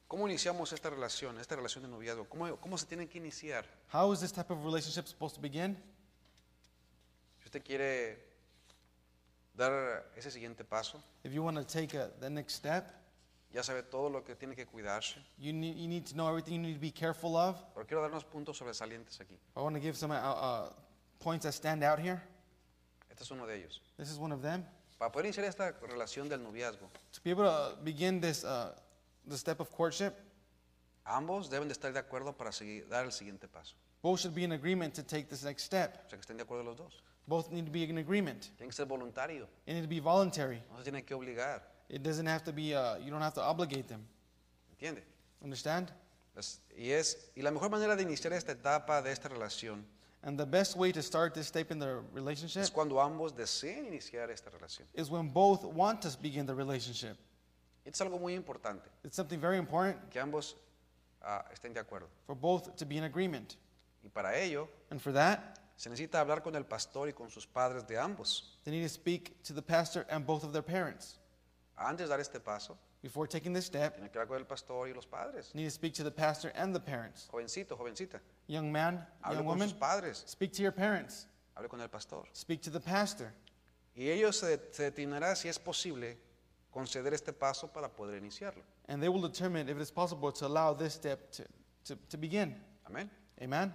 Speaker 1: ¿Cómo iniciamos esta relación, esta relación de noviazgo? ¿Cómo, cómo se tiene que iniciar?
Speaker 2: How is this type of relationship supposed to begin?
Speaker 1: Si usted quiere dar ese siguiente paso,
Speaker 2: If you want to take a, the uh, next step,
Speaker 1: Ya sabe todo lo que tiene que cuidarse.
Speaker 2: You need, you need to know everything you need to be careful of.
Speaker 1: Pero quiero darnos puntos sobresalientes aquí.
Speaker 2: I want to give some uh, uh, points that stand out here.
Speaker 1: Este es uno de ellos.
Speaker 2: This is one of them.
Speaker 1: Para poder iniciar esta relación del noviazgo,
Speaker 2: To be able to begin this, uh, the step of courtship,
Speaker 1: ambos deben de estar de acuerdo para seguir- dar el siguiente paso.
Speaker 2: both should be in agreement to take this next step.
Speaker 1: O sea, que estén de acuerdo los dos.
Speaker 2: Both need to be in agreement.
Speaker 1: Tiene que ser voluntario.
Speaker 2: It need to be voluntary.
Speaker 1: No se tiene que obligar.
Speaker 2: It doesn't have to be, uh, you don't have to obligate them.
Speaker 1: ¿Entiende?
Speaker 2: Understand?
Speaker 1: Es- y, es, y la mejor manera de iniciar esta etapa de esta relación
Speaker 2: And the best way to start this step in the relationship
Speaker 1: es cuando ambos deseen iniciar esta relación.
Speaker 2: is when both want to begin the relationship.
Speaker 1: Esto es algo muy importante,
Speaker 2: It's something very important
Speaker 1: que ambos ah, estén de acuerdo.
Speaker 2: for both to be in agreement.
Speaker 1: Y para ello
Speaker 2: And for that,
Speaker 1: se necesita hablar con el pastor y con sus padres de ambos.
Speaker 2: they need to speak to the pastor and both of their parents.
Speaker 1: Antes de dar este paso,
Speaker 2: Before taking this step,
Speaker 1: tiene que hablar con el pastor y los padres.
Speaker 2: need to speak to the pastor and the parents.
Speaker 1: Jovencito, jovencita,
Speaker 2: Young man,
Speaker 1: hable con
Speaker 2: young woman,
Speaker 1: sus padres,
Speaker 2: speak to your parents,
Speaker 1: hable con el pastor.
Speaker 2: speak to the pastor.
Speaker 1: Y ellos se, se determinará si es posible conceder este paso para poder iniciarlo.
Speaker 2: And they will determine if it is possible to allow this step to, to, to begin.
Speaker 1: Amén.
Speaker 2: Amen?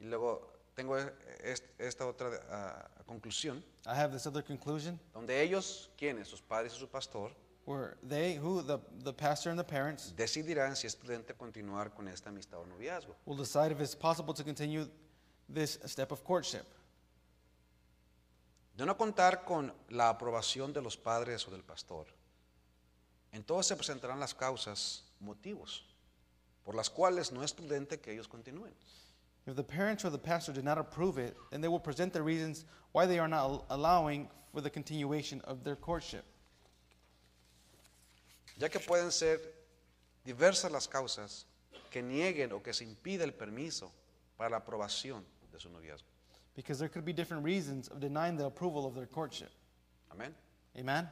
Speaker 1: Y luego tengo eh, est- esta otra ah, conclusión,
Speaker 2: I have this other conclusion
Speaker 1: donde ellos, quienes, sus padres y su pastor,
Speaker 2: where they, who, the, the pastor and the parents,
Speaker 1: decidirán si es prudente continuar con esta amistad o noviazgo.
Speaker 2: will decide if it's possible to continue this step of courtship.
Speaker 1: De no contar con la aprobación de los padres o del pastor, entonces se presentarán las causas, motivos, por las cuales no es prudente que ellos continúen.
Speaker 2: If the parents or the pastor did not approve it, then they will present the reasons why they are not al- allowing for the continuation of their courtship.
Speaker 1: ya que pueden ser diversas las causas que nieguen o que se impida el permiso para la aprobación de su noviazgo.
Speaker 2: Because there could be different reasons of denying the approval of their courtship.
Speaker 1: Amén.
Speaker 2: Amen?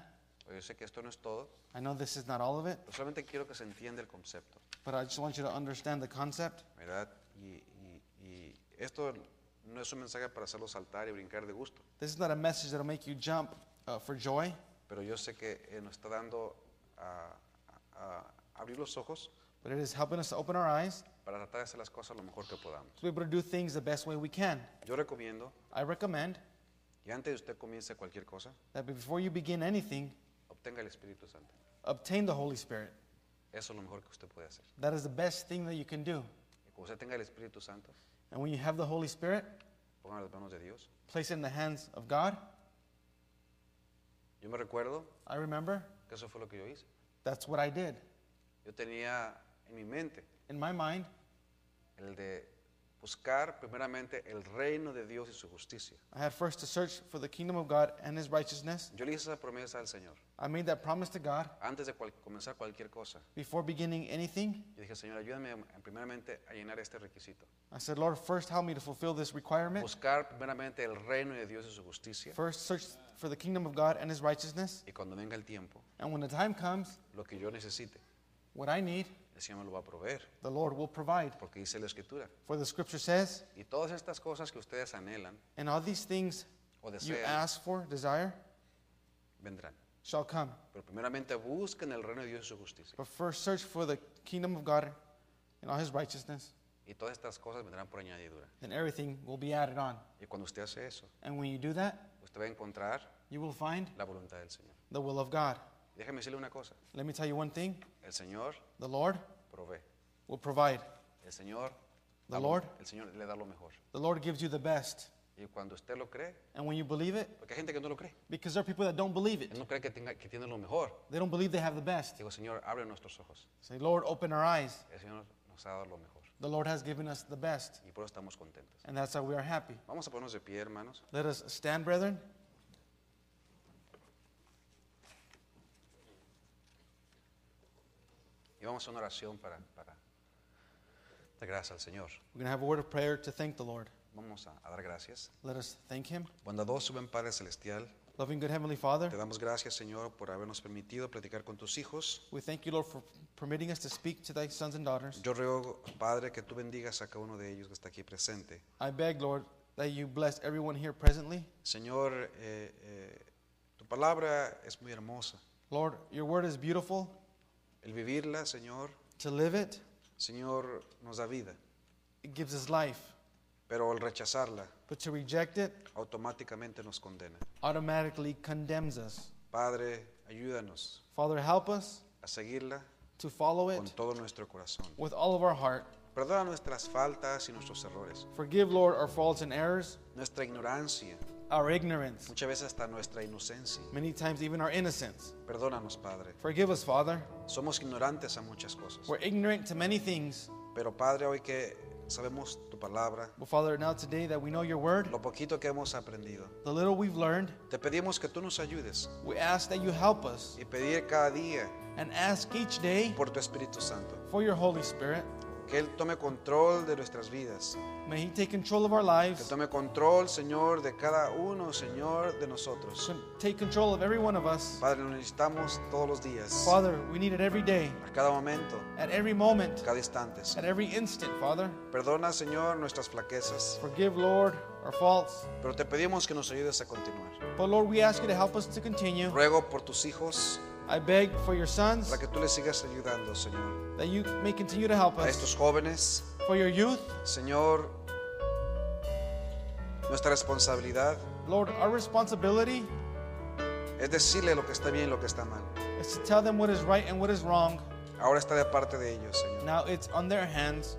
Speaker 1: Yo sé que esto no es todo,
Speaker 2: I know this is not all of it,
Speaker 1: pero solamente quiero que se entienda el concepto,
Speaker 2: but I just want you to understand the concept.
Speaker 1: ¿verdad? Y, y- y esto no es un mensaje para hacerlo saltar y brincar de gusto,
Speaker 2: This is not a message that'll make you jump uh, for joy,
Speaker 1: pero yo sé que eh, nos está dando a, a- a abrir los ojos
Speaker 2: but it is helping us to open our eyes
Speaker 1: para tratar de hacer las cosas lo mejor que podamos.
Speaker 2: to be able to do things the best way we can.
Speaker 1: Yo recomiendo
Speaker 2: I recommend
Speaker 1: que antes de usted comience cualquier cosa,
Speaker 2: that before you begin anything,
Speaker 1: obtenga el Espíritu Santo.
Speaker 2: obtain the Holy Spirit.
Speaker 1: Eso es lo mejor que usted puede hacer.
Speaker 2: That is the best thing that you can do.
Speaker 1: Y Cuando usted tenga el Espíritu Santo,
Speaker 2: And when you have the Holy Spirit,
Speaker 1: ponga en las manos de Dios.
Speaker 2: place it in the hands of God.
Speaker 1: Yo me recuerdo
Speaker 2: I remember
Speaker 1: que eso fue lo que yo hice.
Speaker 2: that's what I did.
Speaker 1: Yo tenía en mi mente
Speaker 2: In my mind,
Speaker 1: el de buscar primeramente el reino de Dios y su justicia.
Speaker 2: I had first to search for the kingdom of God and his righteousness.
Speaker 1: Yo le hice esa promesa al Señor.
Speaker 2: I made that promise to God
Speaker 1: Antes de cual- comenzar cualquier cosa,
Speaker 2: before beginning anything.
Speaker 1: yo dije, Señor, ayúdame a- primeramente a llenar este requisito.
Speaker 2: I said, Lord, first help me to fulfill this requirement.
Speaker 1: Buscar primeramente el reino de Dios y su justicia.
Speaker 2: First search for the kingdom of God and his righteousness.
Speaker 1: Y cuando venga el tiempo,
Speaker 2: And when the time comes,
Speaker 1: lo que yo necesite,
Speaker 2: what I need,
Speaker 1: el Señor me lo va a proveer,
Speaker 2: the Lord will provide.
Speaker 1: porque dice la Escritura.
Speaker 2: For the scripture says,
Speaker 1: Y todas estas cosas que ustedes anhelan
Speaker 2: and all these things
Speaker 1: o
Speaker 2: you
Speaker 1: desean,
Speaker 2: ask for, desire,
Speaker 1: vendrán.
Speaker 2: shall come.
Speaker 1: Pero primeramente busquen el reino de Dios y su justicia.
Speaker 2: But first search for the kingdom of God and all his righteousness,
Speaker 1: Y todas estas cosas vendrán por añadidura.
Speaker 2: then everything will be added on.
Speaker 1: Y cuando usted hace eso,
Speaker 2: And when you do that,
Speaker 1: usted va a encontrar
Speaker 2: you will find
Speaker 1: la voluntad del Señor.
Speaker 2: the will of God.
Speaker 1: Déjame decirle una cosa.
Speaker 2: Let me tell you one thing
Speaker 1: El Señor
Speaker 2: the Lord
Speaker 1: provee.
Speaker 2: will provide.
Speaker 1: El Señor,
Speaker 2: The
Speaker 1: da lo-
Speaker 2: Lord.
Speaker 1: el Señor le da lo mejor.
Speaker 2: The Lord gives you the best.
Speaker 1: Y cuando usted lo cree,
Speaker 2: And when you believe it,
Speaker 1: porque hay gente que no lo cree.
Speaker 2: because there are people that don't believe it,
Speaker 1: Él no cree que, tenga, que tiene lo mejor.
Speaker 2: they don't believe they have the best.
Speaker 1: Digo, Señor, abre nuestros ojos.
Speaker 2: Say, Lord, open our eyes.
Speaker 1: El Señor nos ha dado lo mejor.
Speaker 2: The Lord has given us the best,
Speaker 1: Y por eso estamos contentos.
Speaker 2: and that's how we are happy.
Speaker 1: Vamos a ponernos de pie, hermanos.
Speaker 2: Let us stand, brethren.
Speaker 1: Y vamos a una oración para, para dar gracias al Señor.
Speaker 2: We're going to have a word of prayer to thank the Lord.
Speaker 1: Vamos a, a dar gracias.
Speaker 2: Let us thank Him.
Speaker 1: Bondadoso, buen Padre Celestial.
Speaker 2: Loving good Heavenly Father,
Speaker 1: Te damos gracias, Señor, por habernos permitido platicar con tus hijos.
Speaker 2: we thank you, Lord, for permitting us to speak to thy sons and daughters.
Speaker 1: Yo ruego, Padre, que tú bendigas a cada uno de ellos que está aquí presente.
Speaker 2: I beg, Lord, that you bless everyone here presently.
Speaker 1: Señor, eh, eh, tu palabra es muy hermosa.
Speaker 2: Lord, your word is beautiful.
Speaker 1: El vivirla, Señor,
Speaker 2: To live it,
Speaker 1: Señor, nos da vida.
Speaker 2: it gives us life.
Speaker 1: Pero al rechazarla,
Speaker 2: But to reject it
Speaker 1: automáticamente nos condena.
Speaker 2: automatically condemns us.
Speaker 1: Padre, ayúdanos
Speaker 2: Father, help us
Speaker 1: a seguirla
Speaker 2: to follow
Speaker 1: con
Speaker 2: it
Speaker 1: todo nuestro corazón.
Speaker 2: with all of our heart.
Speaker 1: Perdona nuestras faltas y nuestros errores,
Speaker 2: Forgive, Lord, our faults and errors,
Speaker 1: nuestra ignorancia,
Speaker 2: our ignorance,
Speaker 1: muchas veces hasta nuestra inocencia.
Speaker 2: many times even our innocence.
Speaker 1: Perdónanos, Padre.
Speaker 2: Forgive us, Father.
Speaker 1: Somos ignorantes a muchas cosas.
Speaker 2: We're ignorant to many things,
Speaker 1: Pero Padre, hoy que sabemos tu palabra,
Speaker 2: but Father, now today that we know your word,
Speaker 1: lo poquito que hemos aprendido,
Speaker 2: the little we've learned,
Speaker 1: te pedimos que tú nos ayudes
Speaker 2: we ask that you help us
Speaker 1: y pedir cada día
Speaker 2: and ask each day
Speaker 1: por tu Espíritu Santo,
Speaker 2: for your Holy Spirit.
Speaker 1: que Él tome control de nuestras vidas,
Speaker 2: May He take control of our
Speaker 1: que
Speaker 2: lives,
Speaker 1: tome control, Señor, de cada uno, Señor, de nosotros.
Speaker 2: con- take control of every one of us.
Speaker 1: Padre, lo necesitamos todos los días, a
Speaker 2: Father, we need it every day,
Speaker 1: cada momento,
Speaker 2: at every moment,
Speaker 1: a cada instante. Señor.
Speaker 2: at every instant, Father.
Speaker 1: Perdona, Señor, nuestras flaquezas,
Speaker 2: Forgive, Lord, our faults.
Speaker 1: pero te pedimos que nos ayudes a continuar.
Speaker 2: But Lord, we ask you to help us to continue.
Speaker 1: Ruego por tus hijos
Speaker 2: I beg for your sons
Speaker 1: para que tú les sigas ayudando, Señor.
Speaker 2: that you may continue to help
Speaker 1: A
Speaker 2: us.
Speaker 1: estos jóvenes,
Speaker 2: For your youth,
Speaker 1: Señor, nuestra responsabilidad
Speaker 2: Lord, our responsibility
Speaker 1: es decirle lo que está bien y lo que está mal.
Speaker 2: is to tell them what is right and what is wrong.
Speaker 1: Ahora está de parte de ellos, Señor.
Speaker 2: Now it's on their hands.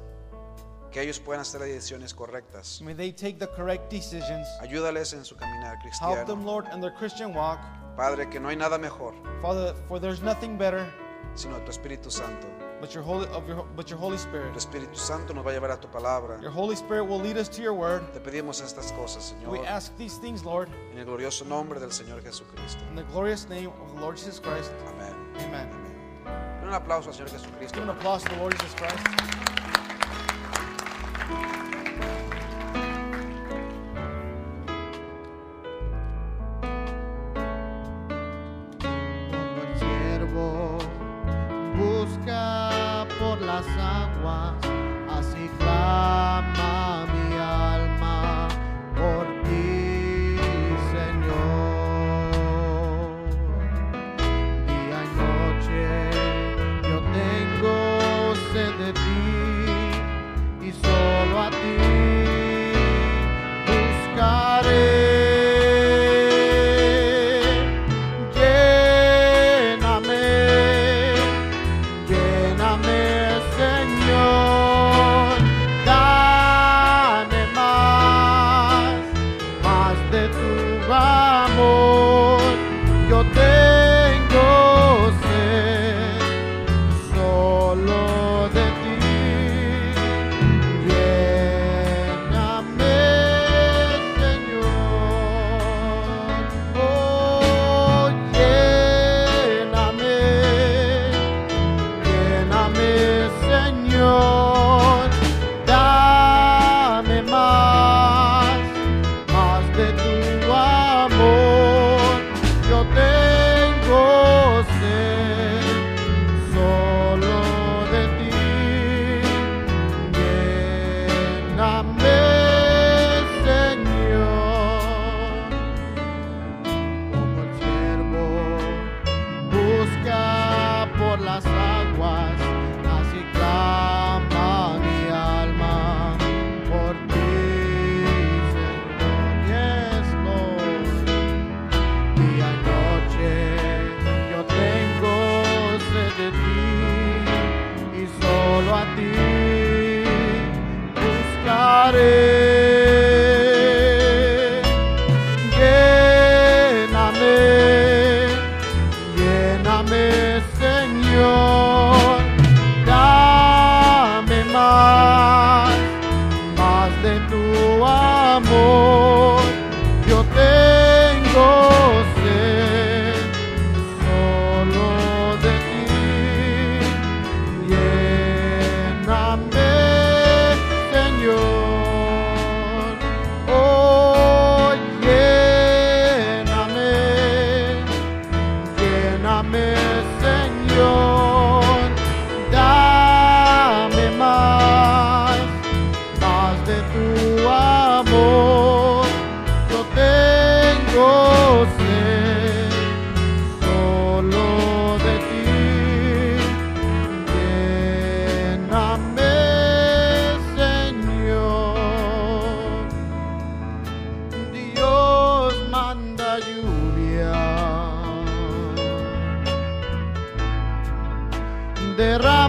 Speaker 1: Que ellos puedan hacer las decisiones correctas.
Speaker 2: May they take the correct decisions.
Speaker 1: Ayúdales en su caminar
Speaker 2: Help them,
Speaker 1: cristiano.
Speaker 2: Lord, in their Christian walk.
Speaker 1: Padre, que no hay nada mejor
Speaker 2: Father, for there's nothing better
Speaker 1: sino tu Espíritu Santo.
Speaker 2: but your holy of your but your Holy Spirit.
Speaker 1: Tu Espíritu Santo nos va a llevar a tu palabra.
Speaker 2: Your Holy Spirit will lead us to your word.
Speaker 1: Te pedimos estas cosas,
Speaker 2: We
Speaker 1: Señor,
Speaker 2: ask these things, Lord,
Speaker 1: en el glorioso nombre del Señor Jesucristo.
Speaker 2: in the glorious name of the Lord Jesus Christ.
Speaker 1: Amén.
Speaker 2: Amen.
Speaker 1: Amén. Un aplauso al Señor Jesucristo.
Speaker 2: Give an applause to the Lord Jesus Christ.
Speaker 3: como el ciervo busca por las aguas, así clama mi alma por ti, Señor. Día y noche yo tengo sed de ti y solo a ti buscaré. Lléname, lléname, Señor, dame más, más de tu amor. Yo tengo sed solo de ti. Lléname, Señor. Oh, lléname. Lléname, Señor, dame más, más de tu amor. Yo tengo sed solo de ti. Lléname, Señor como el ciervo busca por las aguas, así clama mi alma por ti, Señor, yes, Lord. Día y noche yo tengo sed de ti y solo a ti buscaré. Lléname, lléname, Señor, dame más, más de tu amor. Yo tengo sed solo de ti. Lléname, Señor.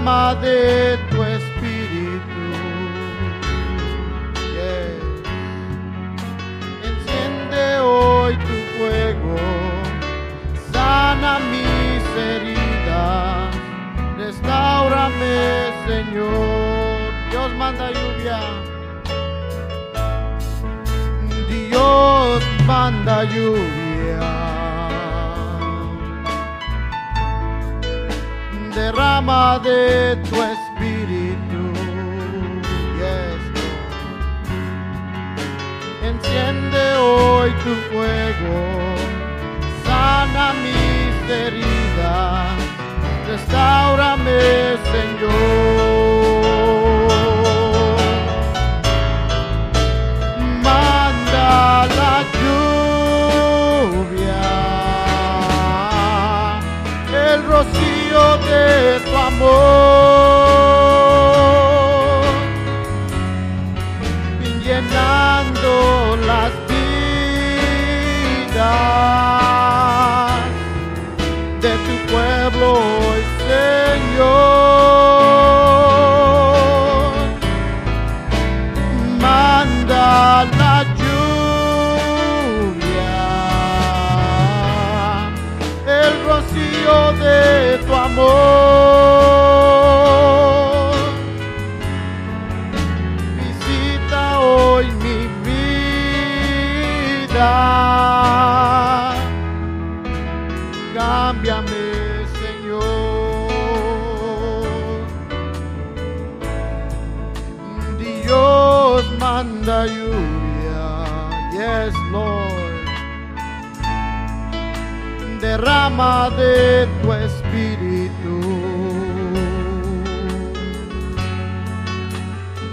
Speaker 3: obra de tu espíritu. Yes. Enciende hoy tu fuego, sana mis heridas, restaurame, Señor. Dios manda lluvia. Dios manda lluvia derrama de tu espíritu. Yes, Lord. Enciende hoy tu fuego, sana mis heridas, restaurame, Señor manda la lluvia, el rocío de tu amor, llenando las vidas de tu pueblo hoy, Señor manda la lluvia, el rocío de tu amor. Visita hoy mi vida, cámbiame, Señor. Dios manda lluvia, yes Lord, derrama de tu espíritu,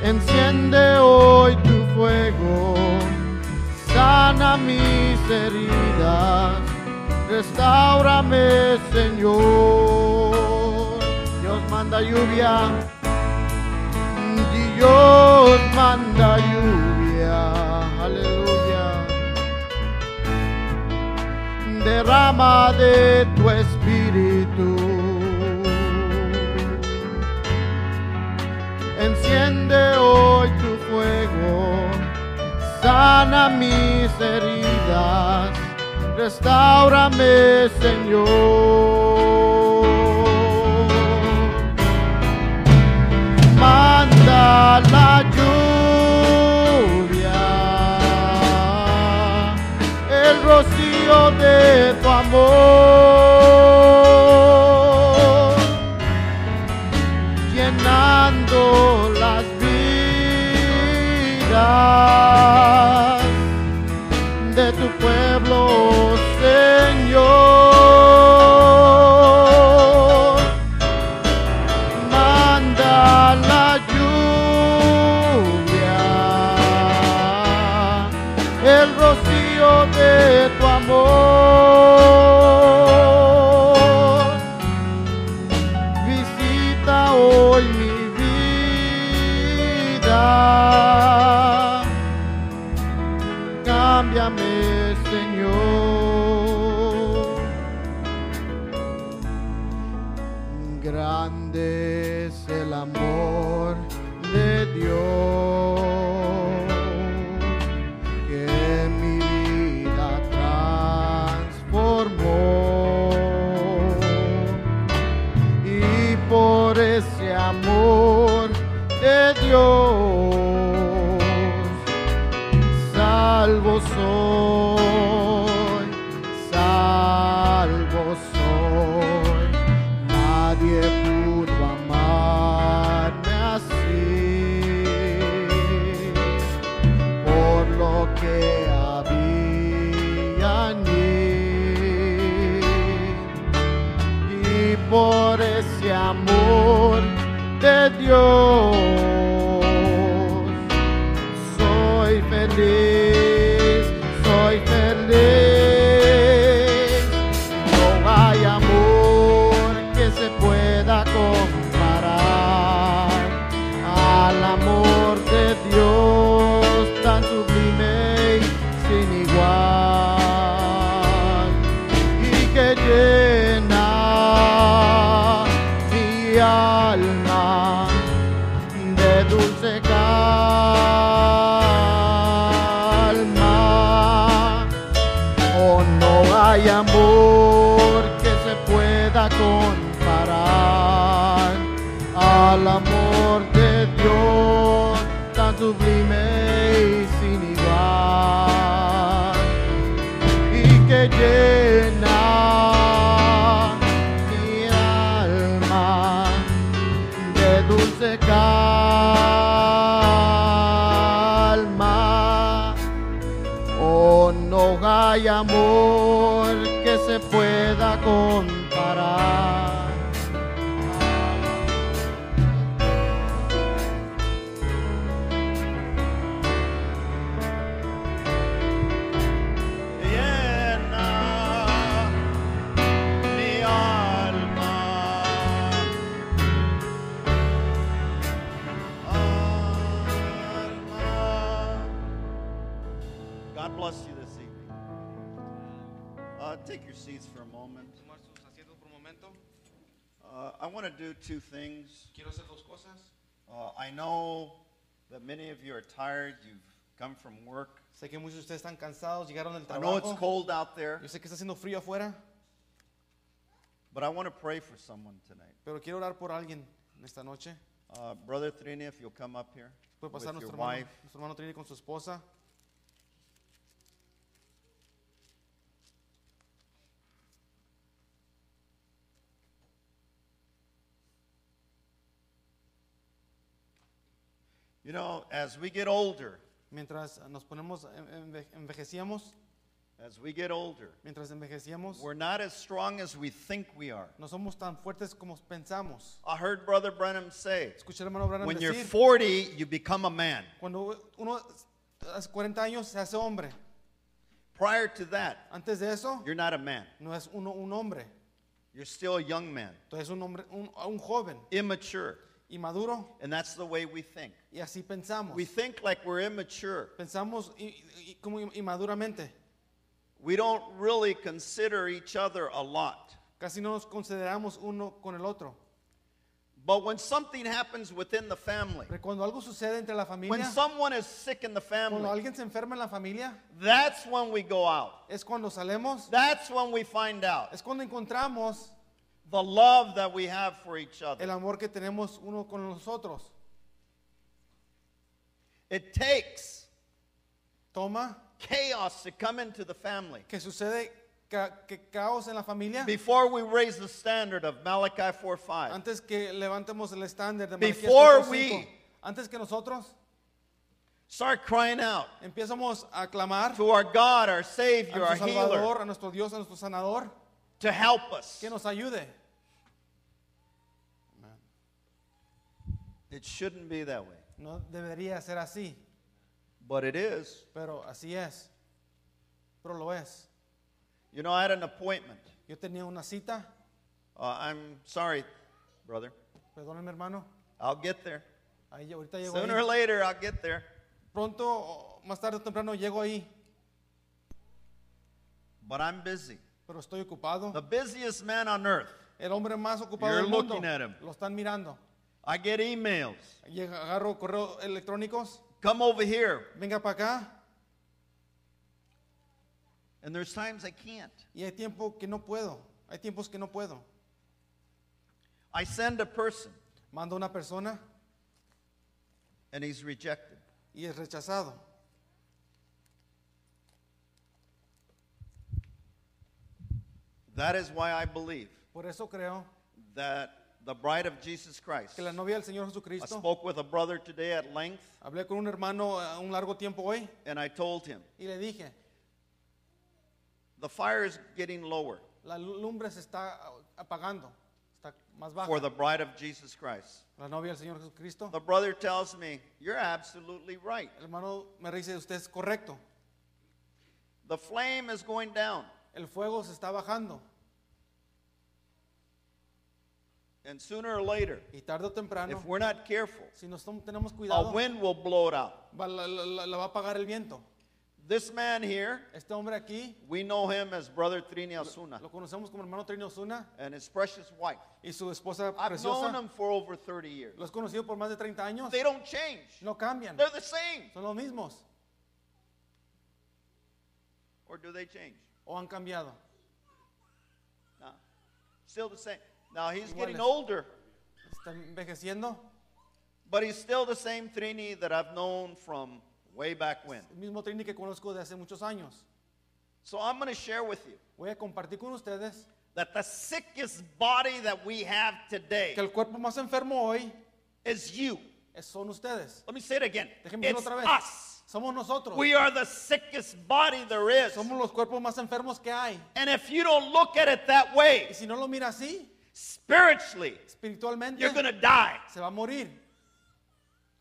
Speaker 3: enciende hoy tu fuego, sana mis heridas, restaurame Señor, Dios manda lluvia. Dios manda lluvia, aleluya. Derrama de tu espíritu. Enciende hoy tu fuego, sana mis heridas, restaurame, Señor manda la lluvia, el rocío de tu amor, llenando las vidas de tu pueblo, Señor manda la lluvia, el rocío de tu amor. Visita hoy mi vida, cámbiame, Señor. Grande es el amor de Dios que mi vida transformó y por ese amor de Dios salvo soy, salvo soy. Nadie pudo amarme así, por lo que había en mí y por ese amor de Dios soy feliz, soy feliz. No hay amor que se pueda comparar al amor de Dios tan sublime y sin igual y que llena mi alma
Speaker 4: amor de Dios tan sublime y sin igual y que llena mi alma de dulce calma. Oh, no hay amor que se pueda comparar. Llena mi alma. Alma. God bless you this evening. Uh, take your seats for a moment.
Speaker 2: Tomar sus asientos por un momento.
Speaker 4: Uh, I want to do two things.
Speaker 2: Quiero hacer dos cosas.
Speaker 4: Uh, I know that many of you are tired. You've come from work.
Speaker 2: Sé que muchos de ustedes están cansados, llegaron del
Speaker 4: I know it's
Speaker 2: trabajo.
Speaker 4: cold out there,
Speaker 2: Yo sé que está haciendo frío afuera,
Speaker 4: but I want to pray for someone tonight.
Speaker 2: pero quiero orar por alguien en esta noche.
Speaker 4: Uh, Brother Trine, if you'll come up here
Speaker 2: Puede
Speaker 4: with
Speaker 2: pasar
Speaker 4: your
Speaker 2: nuestro hermano,
Speaker 4: wife.
Speaker 2: nuestro hermano Trini con su esposa.
Speaker 4: You know, as we get older,
Speaker 2: Mientras nos ponemos, enve- envejecíamos,
Speaker 4: as we get older,
Speaker 2: mientras envejecíamos,
Speaker 4: we're not as strong as we think we are.
Speaker 2: no somos tan fuertes como pensamos.
Speaker 4: I heard Brother Brenham say,
Speaker 2: Escuché al hermano Branham
Speaker 4: when you're
Speaker 2: decir,
Speaker 4: 40, you become a man.
Speaker 2: cuando uno hace 40 años se hace hombre.
Speaker 4: Prior to that,
Speaker 2: Antes de eso,
Speaker 4: you're not a man.
Speaker 2: no es uno un hombre.
Speaker 4: You're still a young man,
Speaker 2: Entonces un hombre, un, un joven
Speaker 4: immature.
Speaker 2: inmaduro
Speaker 4: And that's the way we think.
Speaker 2: y así pensamos.
Speaker 4: We think like we're immature.
Speaker 2: pensamos i- i- i- como inmaduramente.
Speaker 4: We don't really consider each other a lot.
Speaker 2: Casi no nos consideramos uno con el otro.
Speaker 4: But when something happens within the family,
Speaker 2: Pero cuando algo sucede entre la
Speaker 4: when
Speaker 2: familia,
Speaker 4: someone is sick in the
Speaker 2: cuando
Speaker 4: family,
Speaker 2: alguien se enferma en la familia,
Speaker 4: that's when we go out.
Speaker 2: es cuando salemos,
Speaker 4: That's when we find out
Speaker 2: es cuando encontramos
Speaker 4: the love that we have for each
Speaker 2: el
Speaker 4: other.
Speaker 2: amor que tenemos uno con los otros.
Speaker 4: It takes
Speaker 2: Toma,
Speaker 4: chaos to come into the family.
Speaker 2: que sucede ca- que caos en la familia
Speaker 4: Before we raise the standard of Malachi 4:5,
Speaker 2: antes que levantemos el estándar de Malaquías
Speaker 4: Before
Speaker 2: 4:5.
Speaker 4: we-
Speaker 2: antes que nosotros
Speaker 4: start crying out
Speaker 2: empezamos a clamar
Speaker 4: to our God, our
Speaker 2: a
Speaker 4: Savior, our
Speaker 2: nuestro
Speaker 4: Healer,
Speaker 2: Salvador, a nuestro Dios, a nuestro sanador,
Speaker 4: to help us.
Speaker 2: que nos ayude.
Speaker 4: It shouldn't be that way,
Speaker 2: No debería ser así,
Speaker 4: but it is.
Speaker 2: pero así es. Pero lo es.
Speaker 4: You know, I had an appointment.
Speaker 2: Yo tenía una cita,
Speaker 4: Uh, I'm sorry, brother.
Speaker 2: perdónenme hermano,
Speaker 4: I'll get there.
Speaker 2: ahí, ahorita llego
Speaker 4: Sooner or
Speaker 2: ahí.
Speaker 4: later, I'll get there.
Speaker 2: Pronto, o más tarde o temprano llego ahí,
Speaker 4: But I'm busy.
Speaker 2: pero estoy ocupado.
Speaker 4: The busiest man on earth.
Speaker 2: El hombre más ocupado
Speaker 4: You're
Speaker 2: del mundo,
Speaker 4: looking at him.
Speaker 2: lo están mirando.
Speaker 4: I get emails.
Speaker 2: Llega- agarro correos electrónicos,
Speaker 4: Come over here.
Speaker 2: venga para acá,
Speaker 4: And there's times I can't.
Speaker 2: y hay tiempo que no puedo, hay tiempos que no puedo.
Speaker 4: I send a person,
Speaker 2: Mando a una persona
Speaker 4: and he's rejected.
Speaker 2: y es rechazado.
Speaker 4: That is why I believe
Speaker 2: Por eso creo
Speaker 4: that the bride of Jesus Christ.
Speaker 2: que la novia del Señor
Speaker 4: I
Speaker 2: Jesucristo,
Speaker 4: spoke with a brother today at length,
Speaker 2: hablé con un hermano eh, un largo tiempo hoy
Speaker 4: and I told him
Speaker 2: y le dije,
Speaker 4: the fire is getting lower
Speaker 2: la lu- lumbre se está ah, apagando, está más baja.
Speaker 4: for the bride of Jesus Christ.
Speaker 2: La novia del Señor Jesucristo,
Speaker 4: The brother tells me, You're absolutely right.
Speaker 2: el hermano me dice, usted es correcto,
Speaker 4: The flame is going down.
Speaker 2: el fuego se está bajando
Speaker 4: And sooner or later,
Speaker 2: y tarde o temprano,
Speaker 4: if we're not careful,
Speaker 2: si no tom- tenemos
Speaker 4: a
Speaker 2: Ah, cuidado,
Speaker 4: wind will blow it out.
Speaker 2: va- la, la- la- la va a apagar el viento.
Speaker 4: This man here,
Speaker 2: Este hombre aquí,
Speaker 4: we know him as Brother Trini Asuna
Speaker 2: lo conocemos como hermano Trino Osuna
Speaker 4: and his precious wife.
Speaker 2: y su esposa
Speaker 4: I've known
Speaker 2: preciosa,
Speaker 4: him for over 30 years.
Speaker 2: los conocido por más de 30 años,
Speaker 4: They don't change,
Speaker 2: no cambian,
Speaker 4: they're the same.
Speaker 2: son los mismos
Speaker 4: Or do they change?
Speaker 2: o han cambiado.
Speaker 4: No. Still the same. Now he's
Speaker 2: Iguales.
Speaker 4: getting older.
Speaker 2: Está envejeciendo
Speaker 4: But he's still the same Trini that I've known from way back when.
Speaker 2: El mismo Trini que conozco de hace muchos años.
Speaker 4: So I'm going to share with you
Speaker 2: Voy a compartir con ustedes
Speaker 4: that the sickest body that we have today
Speaker 2: que el cuerpo más enfermo hoy
Speaker 4: is you.
Speaker 2: es- son ustedes.
Speaker 4: Let me say it again.
Speaker 2: Déjenme decirlo
Speaker 4: It's
Speaker 2: otra vez.
Speaker 4: us.
Speaker 2: Somos nosotros.
Speaker 4: We are the sickest body there is.
Speaker 2: Somos los cuerpos más enfermos que hay.
Speaker 4: And if you don't look at it that way,
Speaker 2: Y si no lo mira así,
Speaker 4: spiritually,
Speaker 2: espiritualmente
Speaker 4: you're going to die.
Speaker 2: se va a morir.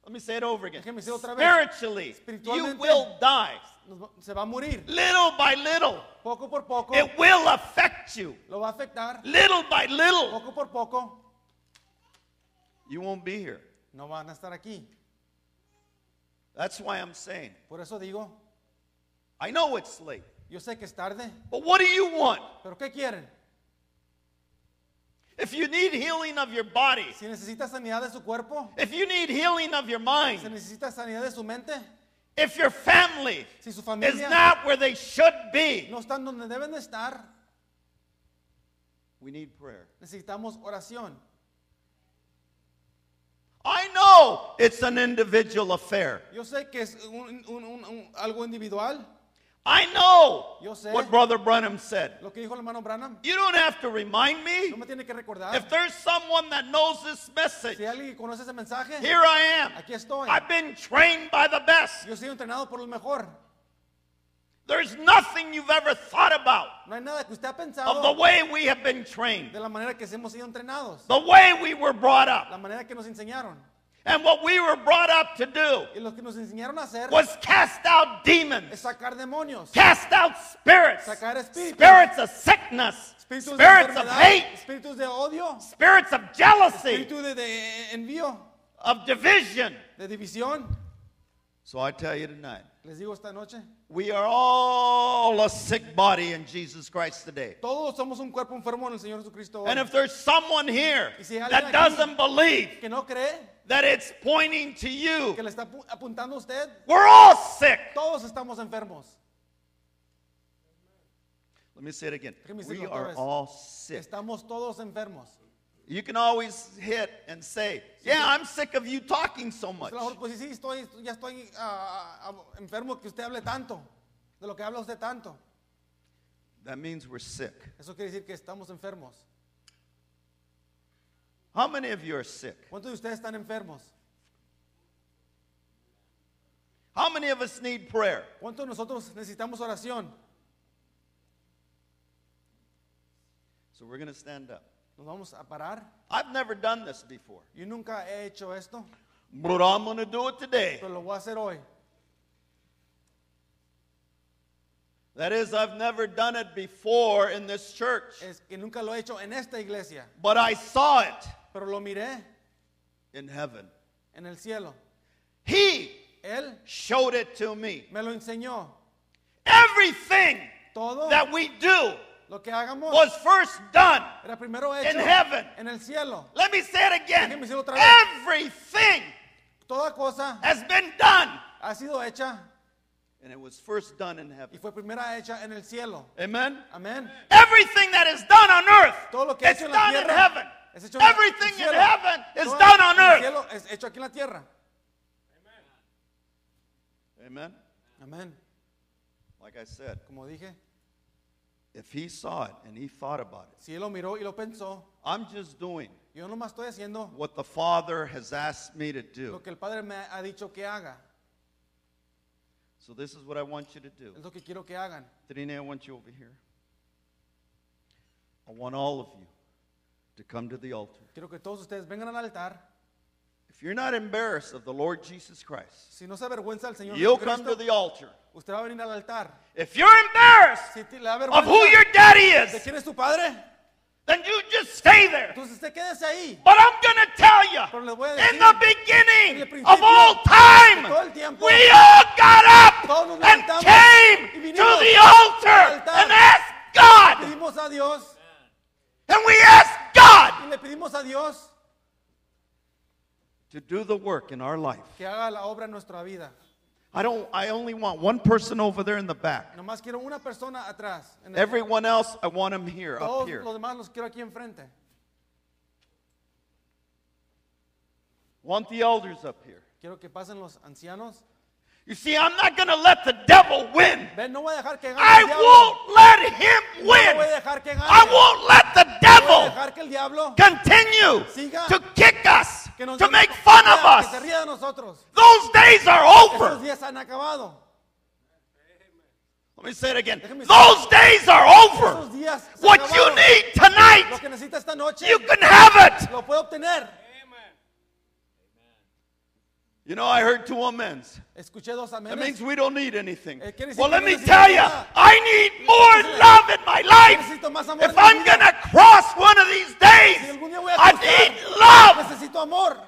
Speaker 4: Let me say it over again.
Speaker 2: Déjeme decirlo otra vez.
Speaker 4: Spiritually, you
Speaker 2: Espiritualmente.
Speaker 4: will die.
Speaker 2: Nos va- se va a morir.
Speaker 4: Little by little,
Speaker 2: Poco por poco
Speaker 4: it will affect you.
Speaker 2: lo va a afectar.
Speaker 4: Little by little,
Speaker 2: Poco por poco
Speaker 4: you won't be here.
Speaker 2: no van a estar aquí.
Speaker 4: That's why I'm saying,
Speaker 2: Por eso digo,
Speaker 4: I know it's late,
Speaker 2: yo sé que es tarde,
Speaker 4: but what do you want?
Speaker 2: pero ¿qué quieren?
Speaker 4: If you need healing of your body,
Speaker 2: Si necesita sanidad de su cuerpo,
Speaker 4: if you need healing of your
Speaker 2: si
Speaker 4: mind,
Speaker 2: necesita sanidad de su mente,
Speaker 4: if your family
Speaker 2: si su
Speaker 4: is
Speaker 2: familia
Speaker 4: not where they should be,
Speaker 2: no están donde deben de estar,
Speaker 4: we need prayer.
Speaker 2: necesitamos oración.
Speaker 4: I know it's an individual affair.
Speaker 2: Yo sé que es un- un- un- un- algo individual,
Speaker 4: I know
Speaker 2: Yo sé.
Speaker 4: what Brother Brenham said.
Speaker 2: lo que dijo el hermano Branham.
Speaker 4: You don't have to remind me.
Speaker 2: No me tiene que
Speaker 4: If
Speaker 2: recordar.
Speaker 4: there's someone that knows this message,
Speaker 2: Si alguien conoce ese mensaje,
Speaker 4: here I
Speaker 2: aquí
Speaker 4: am.
Speaker 2: estoy.
Speaker 4: I've been trained by the best.
Speaker 2: Yo he sido entrenado por lo mejor.
Speaker 4: There's nothing you've ever thought about
Speaker 2: No hay nada que usted ha
Speaker 4: of the
Speaker 2: pensado
Speaker 4: way we have been trained,
Speaker 2: de la manera que hemos sido entrenados,
Speaker 4: the way we were brought up.
Speaker 2: la manera que nos enseñaron.
Speaker 4: And what we were brought up to do
Speaker 2: Y lo que nos enseñaron a hacer
Speaker 4: was cast out
Speaker 2: es
Speaker 4: demons,
Speaker 2: sacar demonios,
Speaker 4: cast out spirits,
Speaker 2: Sacar espíritus.
Speaker 4: spirits of sickness,
Speaker 2: espíritus de
Speaker 4: spirits of
Speaker 2: enfermedad,
Speaker 4: hate,
Speaker 2: espíritus de odio,
Speaker 4: spirits of jealousy,
Speaker 2: espíritus de, de envío,
Speaker 4: of division.
Speaker 2: de división.
Speaker 4: So I tell you tonight,
Speaker 2: Les digo esta noche,
Speaker 4: we are all a sick body in Jesus Christ today.
Speaker 2: todos somos un cuerpo enfermo en el Señor Jesucristo hoy.
Speaker 4: And if there's someone here
Speaker 2: Y si hay alguien
Speaker 4: that
Speaker 2: aquí-
Speaker 4: doesn't believe
Speaker 2: que no cree,
Speaker 4: that it's pointing to you,
Speaker 2: que le está apu- apuntando a usted,
Speaker 4: we're all sick.
Speaker 2: todos estamos enfermos.
Speaker 4: Let me say it again.
Speaker 2: Déjeme
Speaker 4: We
Speaker 2: decirlo otra
Speaker 4: are
Speaker 2: vez.
Speaker 4: all sick.
Speaker 2: Estamos todos enfermos.
Speaker 4: You can always hit and say, Yeah, I'm sick of you talking so
Speaker 2: Pues
Speaker 4: much.
Speaker 2: a lo mejor, pues sí, sí, estoy, ya estoy ah, ah, ah, enfermo que usted hable tanto, de lo que habla usted tanto.
Speaker 4: That means we're sick.
Speaker 2: Eso quiere decir que estamos enfermos.
Speaker 4: How many of you are sick?
Speaker 2: ¿Cuántos de ustedes están enfermos?
Speaker 4: How many of us need prayer?
Speaker 2: ¿Cuántos de nosotros necesitamos oración?
Speaker 4: So we're going to stand up.
Speaker 2: Nos vamos a parar.
Speaker 4: I've never done this before,
Speaker 2: Yo nunca he hecho esto,
Speaker 4: but I'm going to do it today.
Speaker 2: pero lo voy a hacer hoy.
Speaker 4: That is, I've never done it before in this church,
Speaker 2: Es que nunca lo he hecho en esta iglesia,
Speaker 4: but I saw it
Speaker 2: pero lo miré
Speaker 4: in heaven.
Speaker 2: en el cielo.
Speaker 4: He
Speaker 2: Él
Speaker 4: showed it to me.
Speaker 2: me lo enseñó.
Speaker 4: Everything
Speaker 2: Todo
Speaker 4: that we do
Speaker 2: lo que hagamos
Speaker 4: was first done.
Speaker 2: era primero hecho
Speaker 4: in heaven.
Speaker 2: en el cielo.
Speaker 4: Let me say it again.
Speaker 2: Déjeme decirlo otra vez.
Speaker 4: Everything
Speaker 2: Toda cosa
Speaker 4: has been done,
Speaker 2: ha sido hecha
Speaker 4: and it was first done in
Speaker 2: y
Speaker 4: heaven.
Speaker 2: fue primera hecha en el cielo.
Speaker 4: Amen.
Speaker 2: Amén.
Speaker 4: Everything that is done on earth
Speaker 2: Todo lo que
Speaker 4: is
Speaker 2: es hecho en la
Speaker 4: done in
Speaker 2: tierra
Speaker 4: heaven.
Speaker 2: es hecho en el
Speaker 4: Everything in
Speaker 2: cielo.
Speaker 4: heaven is
Speaker 2: Todo
Speaker 4: done on
Speaker 2: en el
Speaker 4: earth.
Speaker 2: cielo es hecho aquí en la tierra.
Speaker 4: Amen.
Speaker 2: Amén.
Speaker 4: Like I said,
Speaker 2: Como dije,
Speaker 4: if he saw it and he thought about it,
Speaker 2: si él lo miró y lo pensó,
Speaker 4: I'm just doing
Speaker 2: yo nomás estoy haciendo
Speaker 4: what the Father has asked me to do.
Speaker 2: lo que el Padre me ha dicho que haga.
Speaker 4: So this is what I want you to do.
Speaker 2: Es lo que quiero que hagan.
Speaker 4: Trine, I want you over here. I want all of you to come to the altar.
Speaker 2: Quiero que todos ustedes vengan al altar.
Speaker 4: If you're not embarrassed of the Lord Jesus Christ,
Speaker 2: Si no se avergüenza el Señor,
Speaker 4: you'll come
Speaker 2: Jesucristo,
Speaker 4: to the altar.
Speaker 2: usted va a venir al altar.
Speaker 4: If you're embarrassed
Speaker 2: Si te- le da
Speaker 4: of
Speaker 2: vergüenza
Speaker 4: who your daddy
Speaker 2: de
Speaker 4: is,
Speaker 2: quién es tu padre,
Speaker 4: then you just stay there.
Speaker 2: entonces usted quédese ahí.
Speaker 4: But I'm going to tell
Speaker 2: Pero
Speaker 4: you,
Speaker 2: le voy a
Speaker 4: in the
Speaker 2: decir, en el
Speaker 4: beginning
Speaker 2: principio
Speaker 4: of all
Speaker 2: de todo el
Speaker 4: time,
Speaker 2: tiempo,
Speaker 4: we all got
Speaker 2: Todos
Speaker 4: up
Speaker 2: nos
Speaker 4: and
Speaker 2: levantamos y
Speaker 4: came to
Speaker 2: vinimos
Speaker 4: the
Speaker 2: al
Speaker 4: altar
Speaker 2: altar.
Speaker 4: and asked God.
Speaker 2: pedimos a Dios
Speaker 4: And we asked God
Speaker 2: y le pedimos a Dios
Speaker 4: to do the work in our life.
Speaker 2: que haga la obra en nuestra vida.
Speaker 4: I don't. I only want one person over there in the back.
Speaker 2: Nomás quiero una persona atrás. en el-
Speaker 4: Everyone else, I want them here, up
Speaker 2: todos
Speaker 4: here.
Speaker 2: los demás los quiero aquí enfrente.
Speaker 3: Want the elders up here.
Speaker 2: Quiero que pasen los ancianos.
Speaker 4: You see, I'm not going to let the devil win.
Speaker 2: Ven, no voy a dejar que gane
Speaker 4: I
Speaker 2: el diablo.
Speaker 4: won't let him
Speaker 2: No voy a
Speaker 4: win.
Speaker 2: dejar que gane.
Speaker 4: I won't let the
Speaker 2: No voy a
Speaker 4: devil
Speaker 2: dejar que el diablo
Speaker 4: continue
Speaker 2: Siga.
Speaker 4: to kick us,
Speaker 2: que nos
Speaker 4: to
Speaker 2: diga-
Speaker 4: make fun of
Speaker 2: Que se
Speaker 4: us.
Speaker 2: ría de nosotros.
Speaker 4: Those days are
Speaker 2: Estos
Speaker 4: over.
Speaker 2: días han acabado.
Speaker 4: Let me say it again.
Speaker 2: Déjeme-
Speaker 4: Those days are
Speaker 2: Estos
Speaker 4: over.
Speaker 2: días se
Speaker 4: What you
Speaker 2: acabaron.
Speaker 4: need
Speaker 2: Lo
Speaker 4: tonight,
Speaker 2: que necesita esta noche
Speaker 4: you can have it.
Speaker 2: lo puede obtener.
Speaker 3: You know, I heard two amens.
Speaker 2: Escuché dos
Speaker 3: That
Speaker 2: amenes.
Speaker 3: means we don't need anything.
Speaker 2: Eh, quiere decir
Speaker 4: Well,
Speaker 2: que
Speaker 4: let
Speaker 2: no
Speaker 4: me
Speaker 2: necesito
Speaker 4: tell you,
Speaker 2: nada.
Speaker 4: I need more love in my
Speaker 2: Necesito más amor
Speaker 4: life. If
Speaker 2: en mi vida.
Speaker 4: I'm going to cross one of these
Speaker 2: Si
Speaker 4: days,
Speaker 2: algún día voy a
Speaker 4: I
Speaker 2: cruzar,
Speaker 4: need love.
Speaker 2: Necesito amor.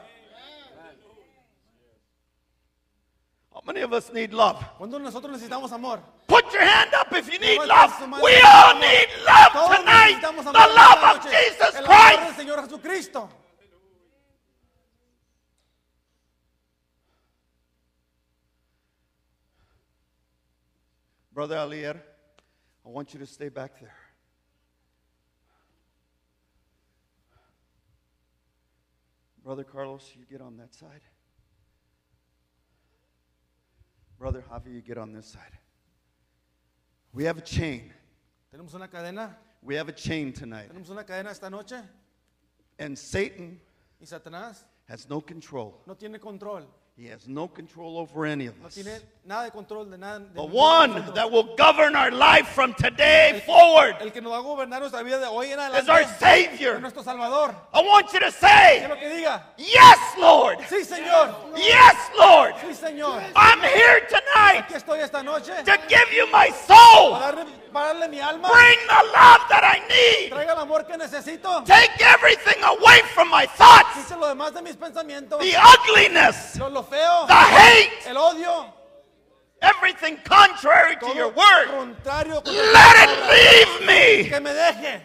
Speaker 3: How many of us need love?
Speaker 2: Cuando nosotros necesitamos amor,
Speaker 4: Put your hand up if you need
Speaker 2: Levanta
Speaker 4: love.
Speaker 2: su mano,
Speaker 4: We
Speaker 2: por
Speaker 4: all
Speaker 2: favor.
Speaker 4: need love
Speaker 2: todos
Speaker 4: tonight.
Speaker 2: necesitamos
Speaker 4: The
Speaker 2: amor. esta
Speaker 4: love of
Speaker 2: noche.
Speaker 4: Jesus
Speaker 2: el amor del
Speaker 4: Christ.
Speaker 2: Señor Jesucristo.
Speaker 3: Brother Alier, I want you to stay back there. Brother Carlos, you get on that side. Brother Javi, you get on this side. We have a chain.
Speaker 2: Tenemos una cadena.
Speaker 3: We have a chain tonight.
Speaker 2: Tenemos una cadena esta noche.
Speaker 3: And Satan
Speaker 2: Y Satanás
Speaker 3: has no control.
Speaker 2: no tiene control.
Speaker 3: He has no control over any of
Speaker 2: No
Speaker 3: us.
Speaker 2: tiene nada de control de nada. de
Speaker 4: The
Speaker 2: ninguno de
Speaker 4: one
Speaker 2: nosotros.
Speaker 4: that will govern our life from today forward
Speaker 2: el que nos va a gobernar nuestra vida de hoy en
Speaker 4: is
Speaker 2: adelante
Speaker 4: our
Speaker 2: es
Speaker 4: Savior.
Speaker 2: nuestro Salvador.
Speaker 4: I want you to
Speaker 2: Que
Speaker 4: say,
Speaker 2: lo que diga.
Speaker 4: Yes, Lord.
Speaker 2: Sí, Señor.
Speaker 4: Yes, Lord.
Speaker 2: Sí, Señor.
Speaker 4: I'm here tonight
Speaker 2: Aquí estoy esta noche
Speaker 4: to give you my soul.
Speaker 2: para darle, para darle mi alma.
Speaker 4: Bring the love that I need.
Speaker 2: Traiga el amor que necesito.
Speaker 4: Take everything away from my thoughts.
Speaker 2: Dice lo demás de mis pensamientos.
Speaker 4: The ugliness,
Speaker 2: Lo, lo feo.
Speaker 4: the hate,
Speaker 2: El odio.
Speaker 4: everything contrary to your
Speaker 2: Todo
Speaker 4: word.
Speaker 2: contrario. con-
Speaker 4: Let it leave me.
Speaker 2: Que me deje.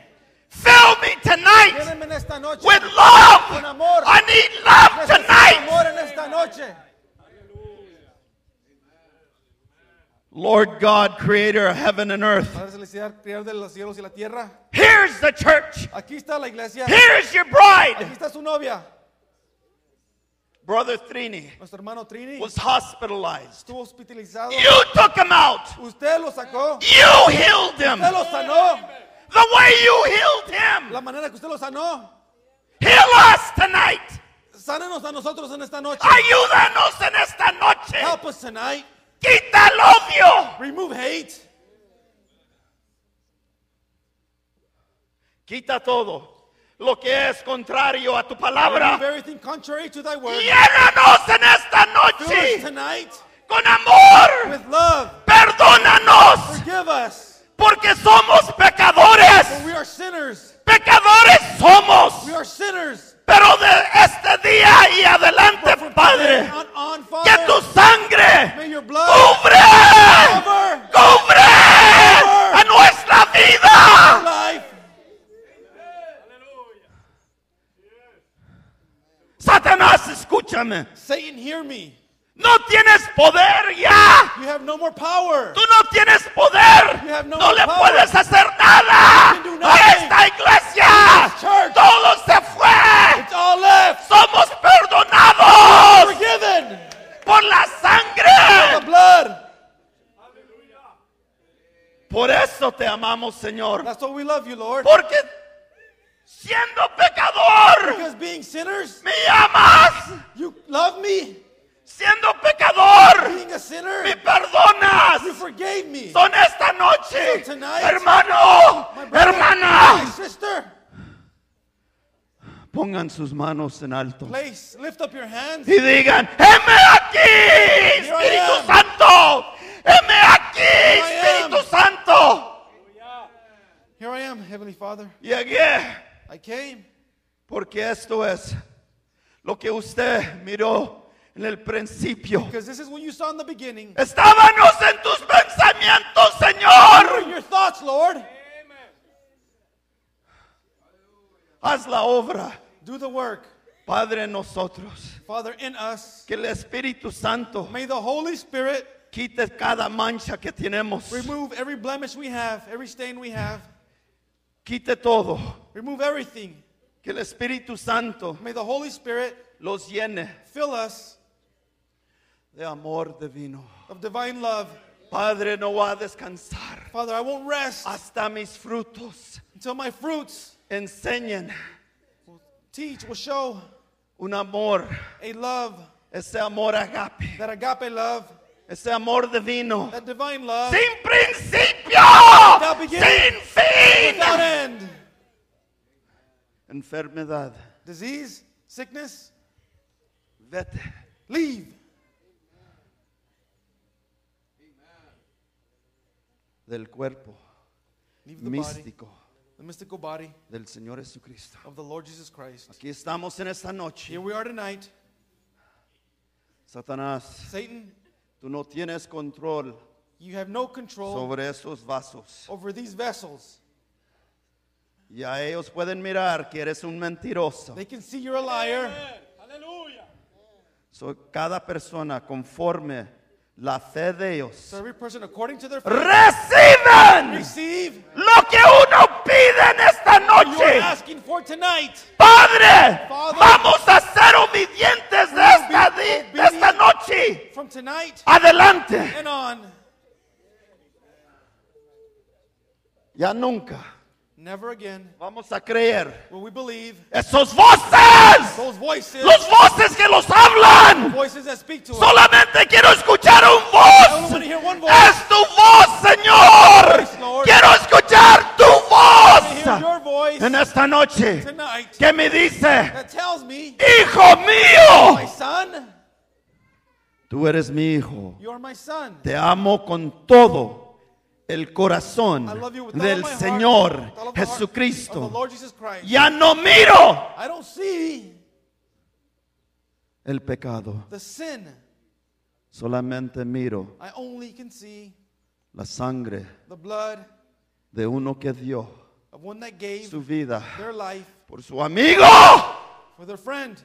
Speaker 4: Fill me tonight
Speaker 2: Llévenme en esta noche.
Speaker 4: with love.
Speaker 2: Con amor.
Speaker 4: I need love
Speaker 2: Necesito
Speaker 4: tonight.
Speaker 2: amor en esta noche.
Speaker 3: Lord God, creator of heaven and earth,
Speaker 2: Padre Celestial, creador de los cielos y la tierra.
Speaker 4: Here's the church.
Speaker 2: Aquí está la iglesia.
Speaker 4: Here's your
Speaker 2: Aquí
Speaker 4: bride.
Speaker 2: está su novia.
Speaker 3: Brother Trini
Speaker 2: Nuestro hermano Trini
Speaker 3: was hospitalized.
Speaker 2: estuvo hospitalizado.
Speaker 4: You took him out.
Speaker 2: Usted lo sacó.
Speaker 4: You healed him.
Speaker 2: Usted lo sanó.
Speaker 4: The way you healed him.
Speaker 2: La manera que usted lo sanó.
Speaker 4: Heal us tonight.
Speaker 2: Sánenos a nosotros en esta noche.
Speaker 4: Ayúdanos en esta noche.
Speaker 2: Help us tonight.
Speaker 4: Quita el odio.
Speaker 2: Remove hate.
Speaker 4: Quita todo lo que es contrario a tu
Speaker 2: Remove
Speaker 4: palabra.
Speaker 2: everything contrary to thy word.
Speaker 4: Llénanos en esta
Speaker 2: Fill us
Speaker 4: noche
Speaker 2: tonight
Speaker 4: con amor.
Speaker 2: with love.
Speaker 4: Perdónanos
Speaker 2: Forgive us.
Speaker 4: porque somos
Speaker 2: For
Speaker 4: pecadores.
Speaker 2: we are sinners.
Speaker 4: Pecadores somos.
Speaker 2: We are sinners.
Speaker 4: Pero de este día y adelante, Padre,
Speaker 2: On, on,
Speaker 4: que tu
Speaker 2: Father.
Speaker 4: sangre
Speaker 2: May your blood
Speaker 4: cubre,
Speaker 2: cover
Speaker 4: cubre a nuestra
Speaker 2: our
Speaker 4: vida.
Speaker 2: life.
Speaker 4: Satanás, escúchame.
Speaker 2: Satan, hear me.
Speaker 4: No tienes poder ya.
Speaker 2: You have no more power.
Speaker 4: Tú no tienes poder.
Speaker 2: You have no
Speaker 4: No le
Speaker 2: power.
Speaker 4: puedes hacer nada
Speaker 2: You can do
Speaker 4: a
Speaker 2: nothing.
Speaker 4: esta iglesia.
Speaker 2: church.
Speaker 4: Todo se fue.
Speaker 2: It's all left.
Speaker 4: Somos perdonados
Speaker 2: Forgiven.
Speaker 4: por la
Speaker 2: The
Speaker 4: sangre.
Speaker 2: blood.
Speaker 3: Por eso te amamos, Señor.
Speaker 2: That's why we love you, Lord.
Speaker 4: Porque siendo pecador,
Speaker 2: Because being sinners,
Speaker 4: me amas.
Speaker 2: you love me.
Speaker 4: Siendo pecador,
Speaker 2: Being a
Speaker 4: me
Speaker 2: sinner,
Speaker 4: perdonas.
Speaker 2: you forgave me.
Speaker 4: Son esta noche,
Speaker 2: So tonight,
Speaker 4: hermano,
Speaker 2: My brother, my
Speaker 4: hermana.
Speaker 2: sister,
Speaker 3: Pongan sus manos en alto.
Speaker 2: place, lift up your hands.
Speaker 4: Y digan, heme aquí,
Speaker 2: Here I
Speaker 4: Espíritu
Speaker 2: am.
Speaker 4: Santo. Heme aquí,
Speaker 2: I
Speaker 4: Espíritu
Speaker 2: am.
Speaker 4: Santo.
Speaker 2: Here I am, Heavenly Father.
Speaker 3: Llegué
Speaker 2: I came
Speaker 3: porque esto es lo que usted miró en el principio.
Speaker 2: because this is what you saw in the beginning.
Speaker 4: Estábamos en tus pensamientos,
Speaker 2: What are
Speaker 4: Señor.
Speaker 2: your thoughts, Lord?
Speaker 3: Haz la obra,
Speaker 2: Do the work,
Speaker 3: Padre, en nosotros.
Speaker 2: Father, in us.
Speaker 3: Que el Espíritu Santo
Speaker 2: May the Holy Spirit
Speaker 3: quite cada mancha que tenemos.
Speaker 2: remove every blemish we have, every stain we have.
Speaker 3: Quite todo.
Speaker 2: Remove everything.
Speaker 3: Que el Espíritu Santo
Speaker 2: May the Holy Spirit
Speaker 4: los llene
Speaker 2: Fill us
Speaker 4: de amor divino.
Speaker 2: of divine love.
Speaker 4: Padre, no va a descansar
Speaker 2: Father, I won't rest
Speaker 4: hasta mis frutos
Speaker 2: until my fruits
Speaker 4: enseñen
Speaker 2: teach, will show
Speaker 4: un amor,
Speaker 2: a love,
Speaker 4: ese amor agape,
Speaker 2: that agape love,
Speaker 4: ese amor divino,
Speaker 2: that divine love
Speaker 3: Sin principio. Sin fin.
Speaker 2: without end.
Speaker 4: enfermedad.
Speaker 2: Disease, sickness,
Speaker 4: Vete,
Speaker 2: leave.
Speaker 4: del cuerpo
Speaker 2: Leave the body,
Speaker 4: místico
Speaker 2: the mystical body
Speaker 4: del Señor Jesucristo.
Speaker 2: of the Lord Jesus Christ.
Speaker 4: Aquí estamos en esta noche.
Speaker 2: Here we are tonight.
Speaker 4: Satanás,
Speaker 2: Satan,
Speaker 4: tú no tienes control
Speaker 2: you have no control
Speaker 4: sobre esos vasos.
Speaker 2: over these vessels.
Speaker 4: Y a ellos pueden mirar que eres un mentiroso.
Speaker 2: They can see you're a liar.
Speaker 4: So, cada persona conforme la fe de ellos
Speaker 2: So every person according to their faith
Speaker 3: Reciban
Speaker 2: receive
Speaker 3: lo que uno pide en esta
Speaker 2: you're
Speaker 3: noche.
Speaker 2: asking for tonight.
Speaker 3: Padre,
Speaker 2: Father,
Speaker 3: vamos a ser obedientes de
Speaker 2: will
Speaker 3: esta,
Speaker 2: be
Speaker 3: di- de
Speaker 2: obedient.
Speaker 3: esta noche.
Speaker 2: From tonight
Speaker 3: Adelante.
Speaker 2: and on,
Speaker 4: ya nunca
Speaker 2: never again
Speaker 4: vamos a creer
Speaker 2: will we believe
Speaker 3: Esos voces,
Speaker 2: those voices,
Speaker 3: los voces que los hablan.
Speaker 2: voices that speak to us.
Speaker 3: Solamente quiero escuchar un
Speaker 2: I only want
Speaker 3: voz.
Speaker 2: to hear one voice. I
Speaker 3: Es tu voz, Señor. Quiero escuchar tu
Speaker 2: want to hear
Speaker 3: voz
Speaker 2: your voice
Speaker 3: en esta noche
Speaker 2: tonight
Speaker 3: que me dice,
Speaker 2: that tells me,
Speaker 3: hijo
Speaker 2: my
Speaker 3: mío,
Speaker 2: son,
Speaker 4: tú eres mi hijo.
Speaker 2: you are my son.
Speaker 4: Te amo con todo el corazón
Speaker 2: I love you with all of
Speaker 4: del
Speaker 2: my heart,
Speaker 4: Señor
Speaker 2: with all of the heart of the
Speaker 4: Jesucristo.
Speaker 2: Lord Jesus Christ.
Speaker 3: ya no miro
Speaker 2: I don't see
Speaker 4: El pecado.
Speaker 2: the sin.
Speaker 4: Solamente miro
Speaker 2: I only can see
Speaker 4: la sangre
Speaker 2: the blood
Speaker 4: de uno que dio
Speaker 2: of one that gave
Speaker 4: su vida
Speaker 2: their life
Speaker 4: por su amigo.
Speaker 2: for their friend.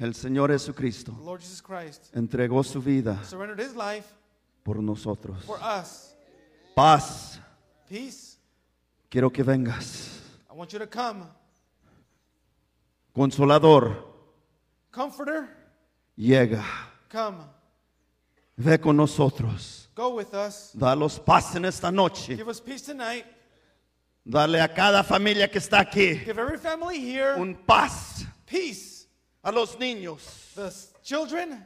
Speaker 4: El Señor Jesucristo
Speaker 2: The Lord Jesus Christ
Speaker 4: entregó su vida
Speaker 2: surrendered his life
Speaker 4: por nosotros.
Speaker 2: for us.
Speaker 4: Paz.
Speaker 2: Peace,
Speaker 4: Quiero que vengas.
Speaker 2: I want you to come.
Speaker 4: Consolador,
Speaker 2: Comforter,
Speaker 4: llega.
Speaker 2: come.
Speaker 4: Ve con nosotros.
Speaker 2: Go with us.
Speaker 4: Da los paz en esta noche.
Speaker 2: Give us peace tonight.
Speaker 4: Dale a cada familia que está aquí
Speaker 2: Give every family here
Speaker 4: un paz.
Speaker 2: peace.
Speaker 4: A los niños,
Speaker 2: The s- children,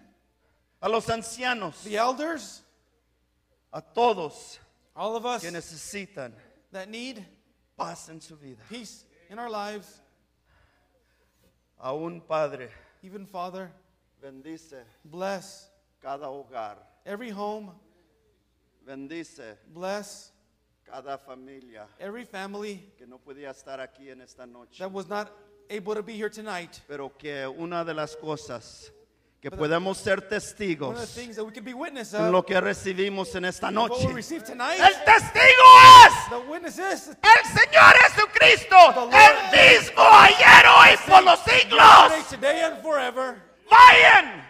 Speaker 4: a los ancianos,
Speaker 2: the elders,
Speaker 4: a todos
Speaker 2: all of us
Speaker 4: que necesitan
Speaker 2: that need
Speaker 4: paz en su vida.
Speaker 2: peace in our lives.
Speaker 4: A un Padre,
Speaker 2: Even Father,
Speaker 4: bendice
Speaker 2: bless
Speaker 4: cada hogar.
Speaker 2: every home,
Speaker 4: Bendice
Speaker 2: bless
Speaker 4: cada familia
Speaker 2: every family
Speaker 4: que no podía estar aquí en esta noche.
Speaker 2: that was not able to be here tonight.
Speaker 4: Pero que una de las cosas que podemos ser
Speaker 2: One of the
Speaker 4: testigos
Speaker 2: things that we can be witness
Speaker 4: en
Speaker 2: of,
Speaker 4: lo que recibimos en esta
Speaker 2: what uh, we
Speaker 4: noche
Speaker 2: receive tonight,
Speaker 3: El testigo es
Speaker 2: the witness is
Speaker 3: el Señor Jesucristo, el mismo ayer, hoy, por los
Speaker 2: today,
Speaker 3: siglos.
Speaker 2: today and forever.
Speaker 3: Vayan,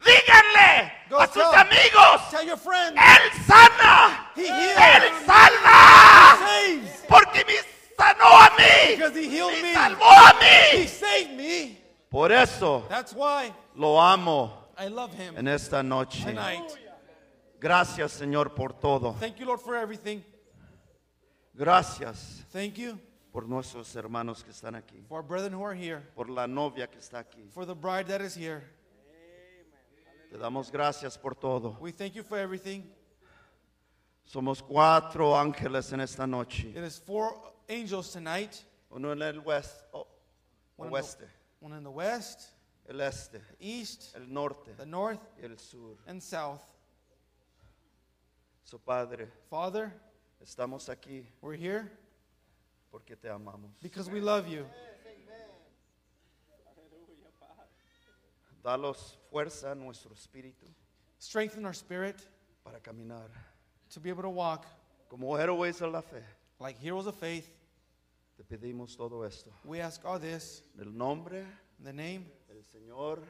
Speaker 3: díganle a sus amigos,
Speaker 2: Tell your friends,
Speaker 3: Él sana,
Speaker 2: He
Speaker 3: Él
Speaker 2: heals,
Speaker 3: salva,
Speaker 2: saves,
Speaker 3: porque me sanó a mí,
Speaker 2: because He healed
Speaker 3: me
Speaker 2: me,
Speaker 3: salvó a
Speaker 2: He
Speaker 3: mí.
Speaker 2: saved me.
Speaker 4: Por eso
Speaker 2: That's why
Speaker 4: lo amo
Speaker 2: I love Him
Speaker 4: en esta noche.
Speaker 2: tonight.
Speaker 4: Gracias Señor por todo.
Speaker 2: Thank you, Lord, for everything.
Speaker 4: Gracias
Speaker 2: Thank you
Speaker 4: por nuestros hermanos que están aquí.
Speaker 2: for our brethren who are here,
Speaker 4: Por la novia que está aquí.
Speaker 2: for the bride that is here.
Speaker 4: Te damos gracias por todo.
Speaker 2: We thank you for everything.
Speaker 4: Somos cuatro ángeles en esta noche.
Speaker 2: It is four angels tonight
Speaker 4: Uno en el west- o-
Speaker 2: One
Speaker 4: oeste,
Speaker 2: one in the west,
Speaker 4: el este,
Speaker 2: east,
Speaker 4: el norte
Speaker 2: the north,
Speaker 4: y el sur.
Speaker 2: and south.
Speaker 4: Su Padre,
Speaker 2: Father,
Speaker 4: estamos aquí
Speaker 2: we're here
Speaker 4: porque te amamos.
Speaker 2: because we love you.
Speaker 4: Dalos fuerza a nuestro espíritu
Speaker 2: Strengthen our spirit
Speaker 4: para caminar
Speaker 2: to be able to walk
Speaker 4: como héroes de la fe.
Speaker 2: like heroes of faith.
Speaker 4: Te pedimos todo esto.
Speaker 2: We ask all this
Speaker 4: En el nombre
Speaker 2: in the name
Speaker 4: del Señor
Speaker 2: of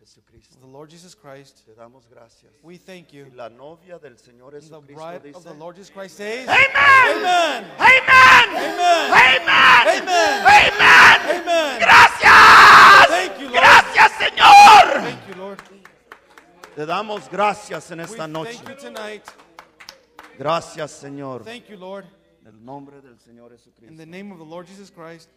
Speaker 4: Jesucristo.
Speaker 2: the Lord Jesus Christ.
Speaker 4: Te damos gracias.
Speaker 2: We thank you.
Speaker 4: Y la novia del Señor
Speaker 2: And the
Speaker 4: Jesucristo
Speaker 2: bride of the
Speaker 4: dice,
Speaker 2: Lord Jesus Christ says,
Speaker 3: Amén.
Speaker 2: Amen.
Speaker 3: Amén.
Speaker 2: Amen.
Speaker 3: Amén.
Speaker 2: Amen.
Speaker 3: Amén.
Speaker 2: Amen.
Speaker 3: Gracias.
Speaker 2: Thank you, Lord.
Speaker 3: Gracias,
Speaker 2: Lord.
Speaker 4: Te damos gracias en
Speaker 2: We
Speaker 4: esta noche.
Speaker 2: thank you tonight.
Speaker 4: Gracias, Señor.
Speaker 2: Thank you, Lord.
Speaker 4: En el nombre del Señor
Speaker 2: In
Speaker 4: Jesucristo.
Speaker 2: the name of the Lord Jesus Christ.